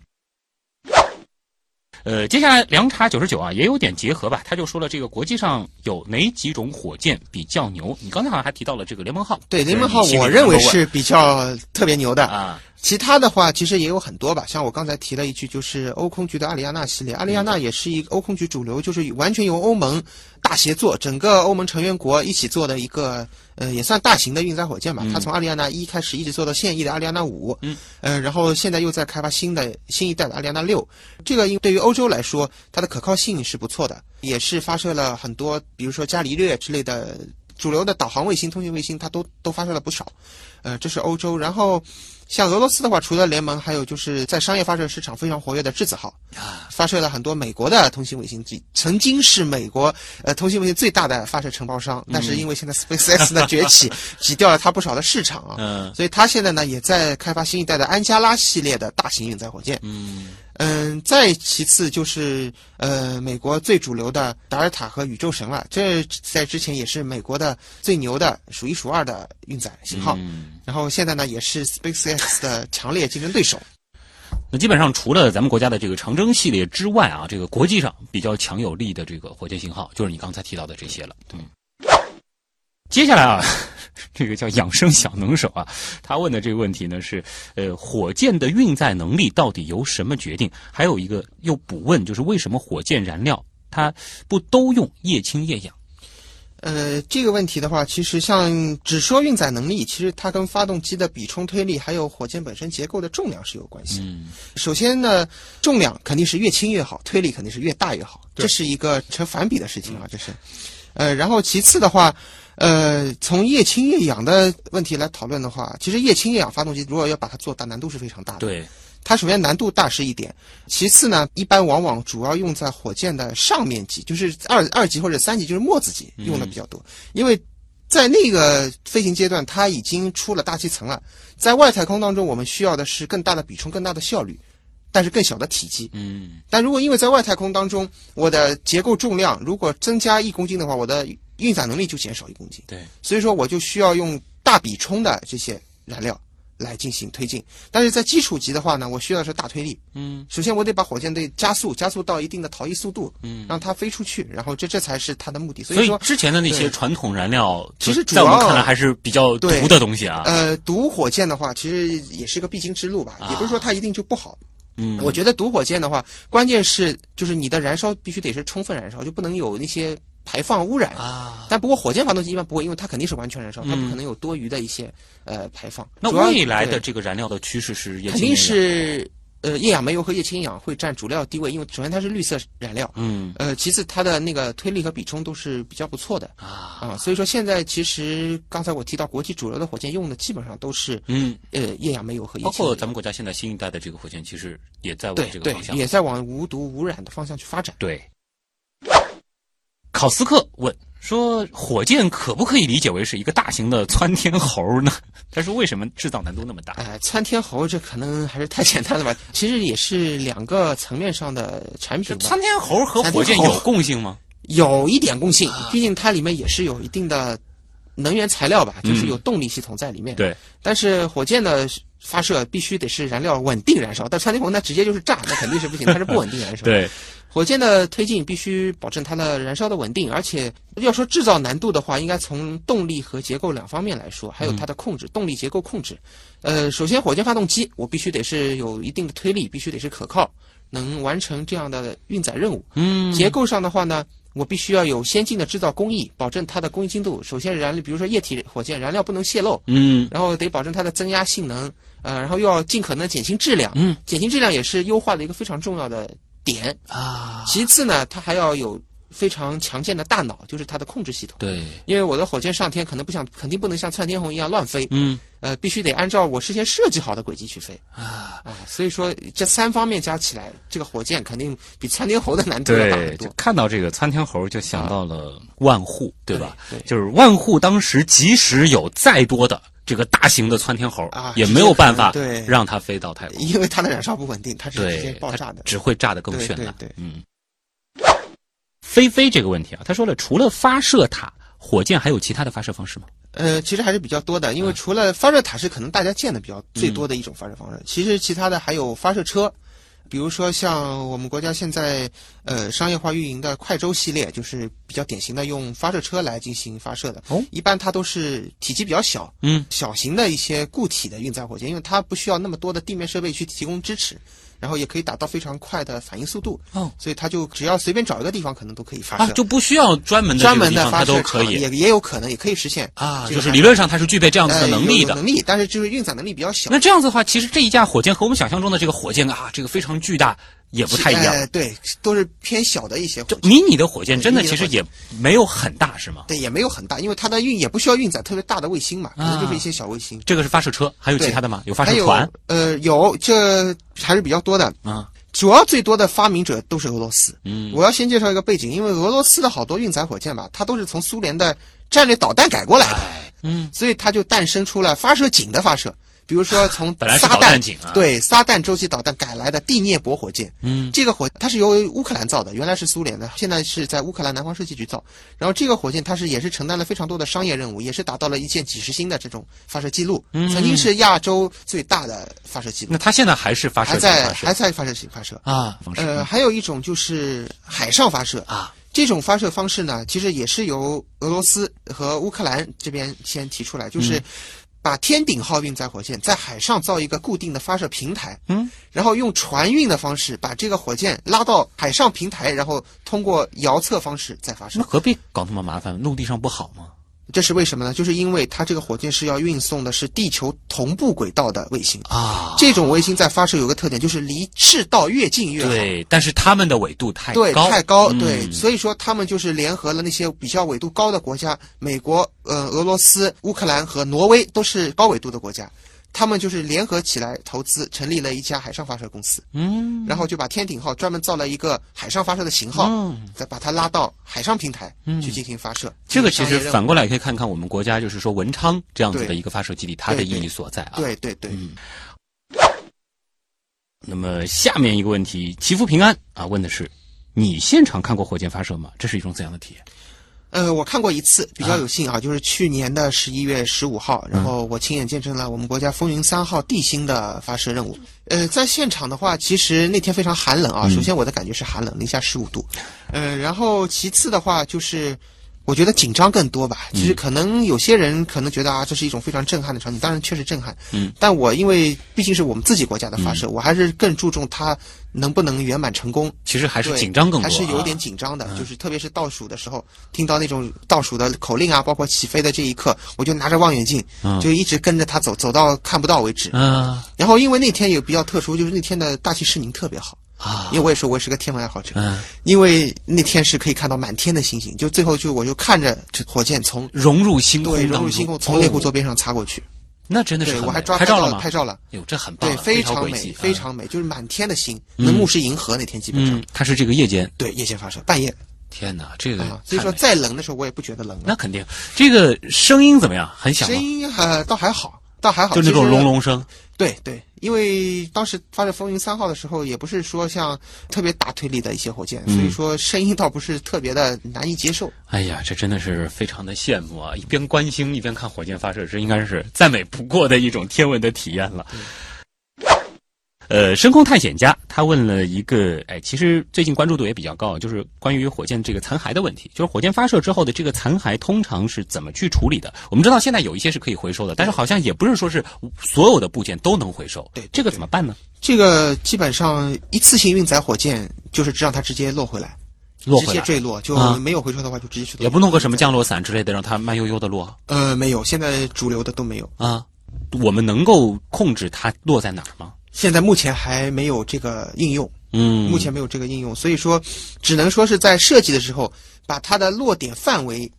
D: 呃，接下来凉茶九十九啊，也有点结合吧。他就说了，这个国际上有哪几种火箭比较牛？你刚才好像还提到了这个联盟号，
A: 对
D: 就是
A: 联盟号
D: 你心里
A: 我认为
D: number one
A: 是比较特别牛的
D: 啊，
A: 其他的话，其实也有很多吧，像我刚才提了一句，就是欧空局的阿里亚纳系列，阿里亚纳也是一个欧空局主流，就是完全由欧盟大协作，整个欧盟成员国一起做的一个，呃，也算大型的运载火箭吧。它从阿里亚纳一开始一直做到现役的阿里亚纳五，
D: 嗯，
A: 呃，然后现在又在开发新的新一代的阿里亚纳六，这个因对于欧洲来说，它的可靠性是不错的，也是发射了很多，比如说伽利略之类的主流的导航卫星、通信卫星，它都都发射了不少。呃，这是欧洲。然后像俄罗斯的话，除了联盟，还有就是在商业发射市场非常活跃的质子号，发射了很多美国的通信卫星，这曾经是美国呃通信卫星最大的发射承包商，但是因为现在 SpaceX 的崛起，挤掉了它不少的市场啊。
D: 嗯
A: 所以它现在呢也在开发新一代的安加拉系列的大型运载火箭。
D: 嗯
A: 嗯，再其次就是呃，美国最主流的达尔塔和宇宙神了，这在之前也是美国的最牛的数一数二的运载型号。
D: 嗯，
A: 然后现在呢，也是 SpaceX 的强烈竞争对手。
D: 那基本上除了咱们国家的这个长征系列之外啊，这个国际上比较强有力的这个火箭型号，就是你刚才提到的这些了。对，接下来啊， 这个叫养生小能手啊，他问的这个问题呢是，呃，火箭的运载能力到底由什么决定？还有一个又补问，就是为什么火箭燃料它不都用液氢液氧？
A: 呃，这个问题的话，其实像只说运载能力，其实它跟发动机的比冲推力，还有火箭本身结构的重量是有关系的。
D: 嗯
A: 首先呢，重量肯定是越轻越好，推力肯定是越大越好，这是一个成反比的事情啊，这是。呃，然后其次的话，呃，从液氢液氧的问题来讨论的话，其实液氢液氧发动机如果要把它做大，难度是非常大的。
D: 对，
A: 它首先难度大是一点，其次呢，一般往往主要用在火箭的上面级，就是二二级或者三级，就是末子级用的比较多，因为在那个飞行阶段，它已经出了大气层了，在外太空当中，我们需要的是更大的比冲、更大的效率，但是更小的体积。
D: 嗯
A: 但如果因为在外太空当中，我的结构重量如果增加一公斤的话，我的运载能力就减少一公斤。
D: 对，
A: 所以说我就需要用大比冲的这些燃料来进行推进。但是在基础级的话呢，我需要的是大推力。
D: 嗯
A: 首先我得把火箭队加速，加速到一定的逃逸速度，
D: 嗯。
A: 让它飞出去，然后这这才是它的目的。所
D: 所
A: 以
D: 以
A: 说，
D: 之前的那些
A: 对
D: 传统燃料，
A: 其实
D: 在我们
A: 主要
D: 看来还是比较
A: 对
D: 毒的东西啊。
A: 呃，读火箭的话，其实也是个必经之路吧，也不是说它一定就不好。
D: 啊嗯，
A: 我觉得读火箭的话，关键是就是你的燃烧必须得是充分燃烧，就不能有那些排放污染。
D: 啊，
A: 但不过火箭发动机一般不会，因为它肯定是完全燃烧，它
D: 嗯
A: 不可能有多余的一些呃排放。
D: 那
A: 主要
D: 未来
A: 对
D: 的这个燃料的趋势是液氢
A: 肯
D: 液
A: 定
D: 氧
A: 是呃液氧煤油和液氢氧会占主要地位，因为首先它是绿色燃料，
D: 嗯
A: 呃，其次它的那个推力和比冲都是比较不错的
D: 啊
A: 啊、所以说现在其实刚才我提到国际主流的火箭用的基本上都是
D: 嗯，
A: 呃液氧煤油和液
D: 包
A: 氢
D: 括
A: 氧。
D: 咱们国家现在新一代的这个火箭，其实也在
A: 对
D: 往这个
A: 对
D: 方，向。
A: 也在往无毒无染的方向去发展。
D: 对。考斯克问说：“火箭可不可以理解为是一个大型的窜天猴呢？” 他说：“为什么制造难度那么大
A: 哎、窜天猴这可能还是太简单了吧？其实也是两个层面上的产？”
D: 这
A: 品吧
D: 窜。天猴和火箭
A: 窜天猴
D: 有共性 吗？
A: 有一点共性，
D: 啊
A: 毕竟它里面也是有一定的能源材料吧，
D: 嗯
A: 就是有动力系统在里面。
D: 对，
A: 但是火箭的发射必须得是燃料稳定燃烧，但窜天猴那直接就是炸，那肯定是不行，它是不稳定燃烧。，
D: 对，
A: 火箭的推进必须保证它的燃烧的稳定，而且要说制造难度的话，应该从动力和结构两方面来说，还有
D: 嗯
A: 它的控制，动力结构控制。呃，首先火箭发动机我必须得是有一定的推力，必须得是可靠，能完成这样的运载任务。
D: 嗯，
A: 结构上的话呢，我必须要有先进的制造工艺，保证它的工艺精度。首先燃料，比如说液体火箭燃料不能泄漏，
D: 嗯
A: 然后得保证它的增压性能，呃，然后又要尽可能减轻质量。
D: 嗯
A: 减轻质量也是优化的一个非常重要的点。
D: 啊，
A: 其次呢，它还要有非常强健的大脑，就是它的控制系统。
D: 对，
A: 因为我的火箭上天可能不想，肯定不能像窜天猴一样乱飞，
D: 嗯
A: 呃，必须得按照我事先设计好的轨迹去飞
D: 啊，
A: 啊、所以说这三方面加起来，这个火箭肯定比窜天猴的难度要大
D: 对
A: 很，多。
D: 看到这个窜天猴就想到了万户，啊对吧？
A: 对对
D: 就是万户当时即使有再多的这个大型的窜天猴，
A: 啊
D: 也没有办法
A: 直接可能对
D: 让它飞到太空，
A: 因为它的燃烧不稳定，它是直接
D: 对，
A: 爆炸的
D: 它。只会炸得更
A: 对
D: 绚
A: 对
D: 烂。
A: 对
D: 嗯，飞飞这个问题啊，他说了，除了发射塔，火箭还有其他的发射方式吗？
A: 呃，其实还是比较多的，
D: 嗯
A: 因为除了发射塔是可能大家见的比较最多的一种发射方式，其实其他的还有发射车，比如说像我们国家现在呃商业化运营的快舟系列，就是比较典型的用发射车来进行发射的。
D: 哦
A: 一般它都是体积比较小，
D: 嗯，
A: 小型的一些固体的运载火箭，因为它不需要那么多的地面设备去提供支持，然后也可以达到非常快的反应速度。
D: 哦，
A: 所以它就只要随便找一个地方，可能都可以发
D: 啊
A: 射。，
D: 就不需要专门的
A: 专门的
D: 这个地方，
A: 发
D: 它
A: 射
D: 都可
A: 场
D: 以
A: 也也有可能也可以实现
D: 啊，
A: 这
D: 就
A: 个
D: 是
A: 还
D: 理论上它是具备这样子
A: 呃
D: 的能
A: 有
D: 力
A: 有
D: 的。
A: 能力，但是就是运载能力比较小。
D: 那这样子的话，其实这一架火箭和我们想象中的这个火箭啊，这个非常巨大，也不太一样。
A: 哎对，都是偏小的一些火
D: 就
A: 箭。
D: 迷你的火箭真的
A: 迷你
D: 其
A: 的
D: 实
A: 火
D: 也没有很大，是吗？
A: 对，也没有很大，因为它的运也不需要运载特别大的卫星嘛，可能就是
D: 啊
A: 一些小卫星。
D: 这个是发射车，还有其
A: 对
D: 他的吗？有发
A: 还
D: 射
A: 有
D: 船
A: 呃，有这还是比较多的。
D: 啊？
A: 主要最多的发明者都是俄罗斯。
D: 嗯，
A: 我要先介绍一个背景，因为俄罗斯的好多运载火箭吧，它都是从苏联的战略导弹改过来的，
D: 嗯，
A: 所以它就诞生出了发射井的发射。比如说从
D: 本来是
A: 撒
D: 导弹
A: 旦
D: 井啊
A: 对撒旦洲际导弹改来的第聂伯火箭，
D: 嗯，
A: 这个火它是由乌克兰造的，原来是苏联的，现在是在乌克兰南方设计局造。然后这个火箭它是也是承担了非常多的商业任务，也是达到了一箭几十星的这种发射记录，
D: 嗯
A: 曾经是亚洲最大的发射记录
D: 那，它现在还是发射
A: 还
D: 井
A: 在
D: 发
A: 还
D: 射
A: 在发射性发射。
D: 啊方式
A: 呃，还有一种就是海上发射，
D: 啊，
A: 这种发射方式呢，其实也是由俄罗斯和乌克兰这边先提出来，
D: 嗯
A: 就是把天顶号运载火箭在海上造一个固定的发射平台，
D: 嗯，
A: 然后用船运的方式把这个火箭拉到海上平台，然后通过遥测方式再发射
D: 那。何必搞那么麻烦？陆地上不好吗？
A: 这是为什么呢？就是因为它这个火箭是要运送的是地球同步轨道的卫星。
D: 啊，
A: 这种卫星在发射有个特点，就是离赤道越近越好。
D: 对，但是他们的纬度太
A: 对，
D: 高，
A: 太高，
D: 嗯
A: 对，所以说他们就是联合了那些比较纬度高的国家，美国、呃，俄罗斯、乌克兰和挪威都是高纬度的国家，他们就是联合起来投资，成立了一家海上发射公司，
D: 嗯
A: 然后就把天顶号专门造了一个海上发射的型号，
D: 嗯
A: 再把它拉到海上平台
D: 嗯
A: 去进行发射。
D: 这个其
A: 商业
D: 实
A: 任务
D: 反过来也可以看看我们国家，就是说文昌这样子的
A: 对
D: 一个发射基地，它的
A: 对
D: 意
A: 对
D: 义所在啊。
A: 对对对，
D: 嗯。那么下面一个问题，祈福平安啊，问的是你现场看过火箭发射吗？这是一种怎样的体验？
A: 呃，我看过一次，比较
D: 啊嗯
A: 有幸啊，就是去年的十一月十五号，然后我亲眼见证了我们国家风云三号地星的发射任务。
D: 嗯
A: 呃，在现场的话，其实那天非常寒冷啊。首先我的感觉是寒冷，零下十五度。呃，然后其次的话就是。我觉得紧张更多
D: 嗯
A: 吧，就是可能有些人可能觉得啊，这是一种非常震撼的场景，当然确实震撼。
D: 嗯，
A: 但我因为毕竟是我们自己国家的发射，我还是更注重它能不能圆满成功，
D: 其实还是
A: 对
D: 紧张更多、
A: 还
D: 啊，
A: 是有点紧张的，就是特别是倒数的时候，听到那种倒数的口令啊，包括起飞的这一刻，我就拿着望远镜，
D: 嗯
A: 就一直跟着它走，走到看不到为止。
D: 啊
A: 然后因为那天也比较特殊，就是那天的大气湿凝特别好，
D: 啊
A: 因为我也说我是个天文爱好者，
D: 嗯，
A: 因为那天是可以看到满天的星星，就最后就我就看着这火箭从。
D: 融入星空
A: 对，
D: 当中，
A: 融入星空，从猎户座
D: 哦
A: 边上擦过去。
D: 那真的是
A: 对，
D: 很
A: 我还
D: 美
A: 抓
D: 拍
A: 拍
D: 照
A: 到
D: 吗？
A: 拍照了。
D: 哟，这很棒啊，
A: 对，非
D: 条
A: 常
D: 轨
A: 美
D: 迹，
A: 非常美，就是满天的星，能目视银河。那天基本上
D: 嗯，，它是这个夜间，
A: 对，夜间发射，半夜
D: 天哪，这个
A: 啊，所以
D: 太
A: 说
D: 美
A: 再冷的时候我也不觉得冷了。
D: 那肯定，这个声音怎么样？很响吗
A: 声？音呃倒还好，倒还好，
D: 就那
A: 其
D: 种
A: 实
D: 隆。隆声，
A: 对对，因为当时发射风云三号的时候，也不是说像特别大推力的一些火箭，
D: 嗯
A: 所以说声音倒不是特别的难以接受。
D: 哎呀，这真的是非常的羡慕啊！一边观星一边看火箭发射，这应该是再美不过的一种天文的体验了。呃，深空探险家他问了一个，哎，其实最近关注度也比较高，啊就是关于火箭这个残骸的问题，就是火箭发射之后的这个残骸通常是怎么去处理的？我们知道现在有一些是可以回收的，但是好像也不是说是所有的部件都能回收，
A: 对对
D: 这个怎么办呢？
A: 这个基本上一次性运载火箭就是让它直接落回来，
D: 落
A: 直
D: 回
A: 接
D: 来
A: 坠落，就
D: 啊
A: 没有回收的话就直接去。
D: 也不弄个什么降落伞之类的，让它慢悠悠的落
A: 呃没有，现在主流的都没有。
D: 啊。我们能够控制它落在哪儿吗？
A: 现在目前还没有这个应用，
D: 嗯，
A: 目前没有这个应用，所以说只能说是在设计的时候把它的落点范围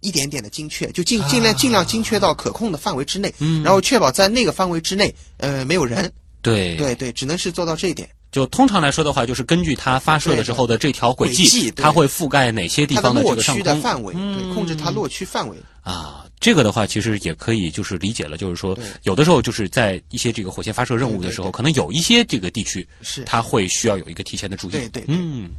A: 一点点的精确，就尽尽量尽量精确到可控的范围之内，
D: 啊嗯哎
A: 然后确保在那个范围之内，呃，没有人。
D: 对，
A: 对对，只能是做到这一点。
D: 就通常来说的话，就是根据它发射的时候的这条轨
A: 轨迹对
D: 它会覆盖哪些地
A: 它的
D: 方这
A: 落
D: 个上
A: 区的
D: 空嗯
A: 范围，对，控制它落区范围。
D: 啊。这个的话，其实也可以就是理解了，就是说
A: 对
D: 有的时候就是在一些这个火箭发射任务的时候，
A: 对对对
D: 可能有一些这个地区
A: 是
D: 它会需要有一个提前的注意。
A: 对对对
D: 嗯。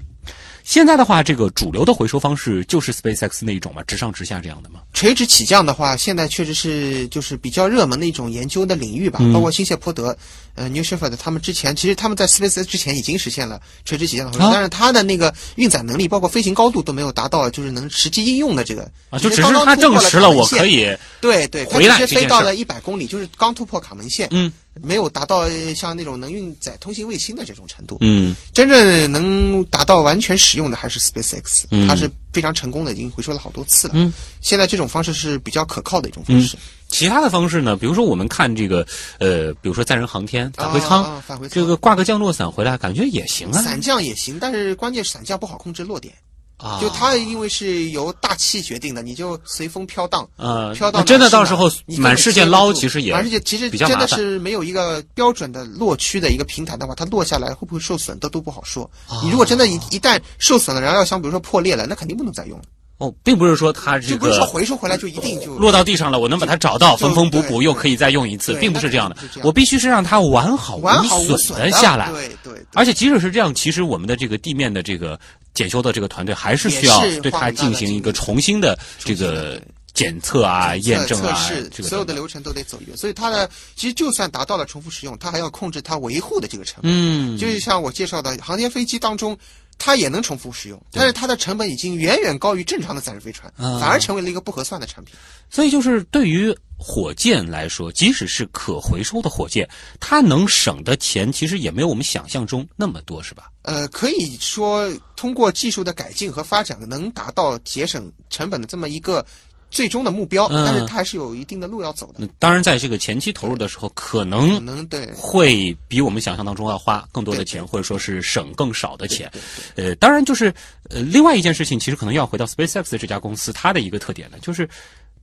D: 现在的话，这个主流的回收方式就是 SpaceX 那一种嘛，直上直下这样的嘛。
A: 垂直起降的话，现在确实是就是比较热门的一种研究的领域吧，
D: 嗯
A: 包括新谢泼德、呃 New Shepard 他们之前，其实他们在 SpaceX 之前已经实现了垂直起降的回
D: 啊
A: 收，但是它的那个运载能力，包括飞行高度都没有达到，就是能实际应用的这个
D: 啊，就
A: 是
D: 只是
A: 刚刚
D: 它
A: 突破
D: 证实
A: 卡
D: 了
A: 门
D: 我
A: 线
D: 可以
A: 对对，它
D: 回来
A: 直
D: 这
A: 接
D: 件
A: 飞到
D: 事儿
A: 了一百公里，就是刚突破卡门线，
D: 嗯
A: 没有达到呃像那种能运载通信卫星的这种程度。
D: 嗯
A: 真正能达到完全使用的还是 SpaceX，、
D: 嗯
A: 它是非常成功的，已经回收了好多次了。
D: 嗯，
A: 现在这种方式是比较可靠的一种方式。
D: 其他的方式呢，比如说我们看这个，呃，比如说载人航天返回舱，
A: 啊啊返回舱
D: 这个挂个降落伞回来，感觉也行啊。
A: 伞降也行，但是关键是伞降不好控制落点，
D: 啊，
A: 就它因为是由大气决定的，你就随风飘荡，
D: 呃，
A: 飘到
D: 那
A: 哪
D: 真的
A: 是哪
D: 到时候
A: 你根本
D: 满世界
A: 接不
D: 捞，
A: 住
D: 其实也
A: 满世界其实
D: 比较
A: 真
D: 麻
A: 的
D: 烦。
A: 是没有一个标准的落区的一个平坦的话，它落下来会不会受损都都不好说。
D: 啊
A: 你如果真的一一旦受损了，燃料箱比如说破裂了，那肯定不能再用了，
D: 哦，并不是说它这
A: 就不是
D: 个
A: 说回收回来就一定就
D: 落到地上了，我能把它找到，
A: 就
D: 缝缝补补，
A: 对
D: 又可以再用一次，
A: 对
D: 并不是这样的
A: 那肯定不是这。样
D: 我必须是让它完好
A: 完好无
D: 损
A: 的
D: 的下来。
A: 对对，对
D: 而且即使是这样，其实我们的这个地面的这个检修的这个团队还是需要
A: 也是
D: 对
A: 花
D: 它
A: 很大的
D: 进行一个重新的
A: 重
D: 这
A: 新
D: 个
A: 的对
D: 检测啊、验证
A: 测
D: 啊
A: 试，
D: 这个
A: 所有
D: 等
A: 的
D: 等
A: 流程都得走一遍，所以它的其实就算达到了重复使用，它还要控制它维护的这个成本。
D: 嗯，
A: 就是像我介绍的，航天飞机当中，它也能重复使用，但是它的成本已经远远高于正常的载人飞船，
D: 啊
A: 反而成为了一个不合算的产品。
D: 所以就是对于火箭来说，即使是可回收的火箭，它能省的钱其实也没有我们想象中那么多，是吧？
A: 呃，可以说通过技术的改进和发展，能达到节省成本的这么一个最终的目标，
D: 嗯
A: 但是它还是有一定的路要走的
D: 那，当然，在这个前期投入的时候，可
A: 可
D: 能
A: 能对。
D: 会比我们想象当中要花更多的钱，或者说是省更少的钱。呃，当然就是呃，另外一件事情，其实可能要回到 SpaceX 这家公司它的一个特点呢，就是。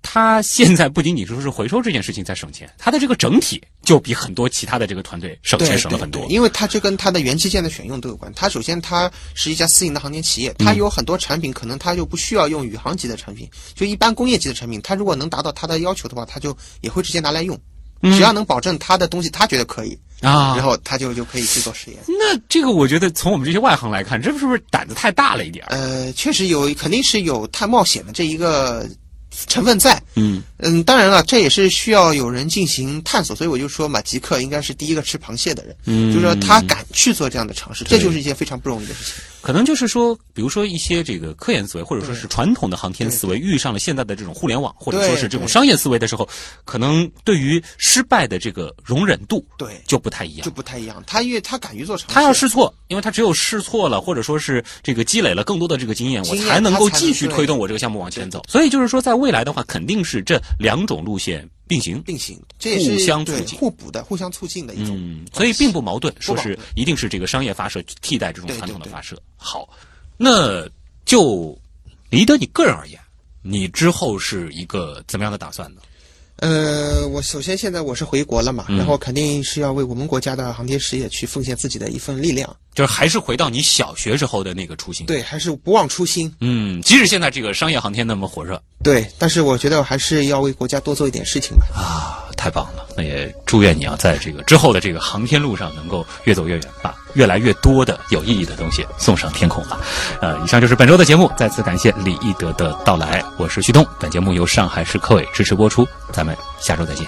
D: 它现在不仅仅说是回收这件事情在省钱，它的这个整体就比很多其他的这个团队省
A: 对
D: 钱
A: 对
D: 省了很多
A: 对。因为它这跟它的元器件的选用都有关。它首先它是一家私营的航天企业，它
D: 嗯
A: 有很多产品可能它就不需要用宇航级的产品，就一般工业级的产品，它如果能达到它的要求的话，它就也会直接拿来用。只要能保证它的东西，它觉得可以，
D: 嗯啊
A: 然后它就就可以去做实验。
D: 那这个我觉得从我们这些外行来看，这是不是胆子太大了一点儿？
A: 呃，确实有，肯定是有太冒险的这一个成分在。
D: 嗯
A: 嗯，当然了，这也是需要有人进行探索，所以我就说嘛，极客应该是第一个吃螃蟹的人，
D: 嗯
A: 就是说他敢去做这样的尝试，这
D: 对
A: 就是一件非常不容易的事情。
D: 可能就是说，比如说一些这个科研思维，或者说是传统的航天思维，遇上了现在的这种互联网，或者说是这种商业思维的时候，可能对于失败的这个容忍度
A: 对，
D: 就不太一
A: 就
D: 样。
A: 不太一样。他因为他敢于做尝试，
D: 他要试错，因为他只有试错了，或者说是这个积累了更多的这个经验，我
A: 经验
D: 才能够
A: 他才
D: 继续
A: 能对
D: 推动我这个项目往前走。所以就是说，在未来的话，肯定是这两种路线并行。
A: 并行，这也是
D: 互相促
A: 对
D: 进
A: 互补的、互相促进的一种。
D: 嗯，所以并不矛盾，
A: 不
D: 说
A: 矛
D: 是
A: 盾
D: 一定是这个商业发射替代这种
A: 对
D: 传统的
A: 对对
D: 发射。好，那就离得你个人而言，你之后是一个怎么样的打算呢？
A: 呃，我首先现在我是回国了嘛，
D: 嗯
A: 然后肯定是要为我们国家的航天事业去奉献自己的一份力量。
D: 就是还是回到你小学之后的那个初心。，
A: 对，还是不忘初心。
D: 嗯，即使现在这个商业航天那么火热
A: 对，但是我觉得我还是要为国家多做一点事情吧。
D: 啊，太棒了！那也祝愿你啊，在这个之后的这个航天路上能够越走越远，把越来越多的有意义的东西送上天空啊！呃，以上就是本周的节目，再次感谢李义德的到来，我是旭东，本节目由上海市科委支持播出，咱们下周再见。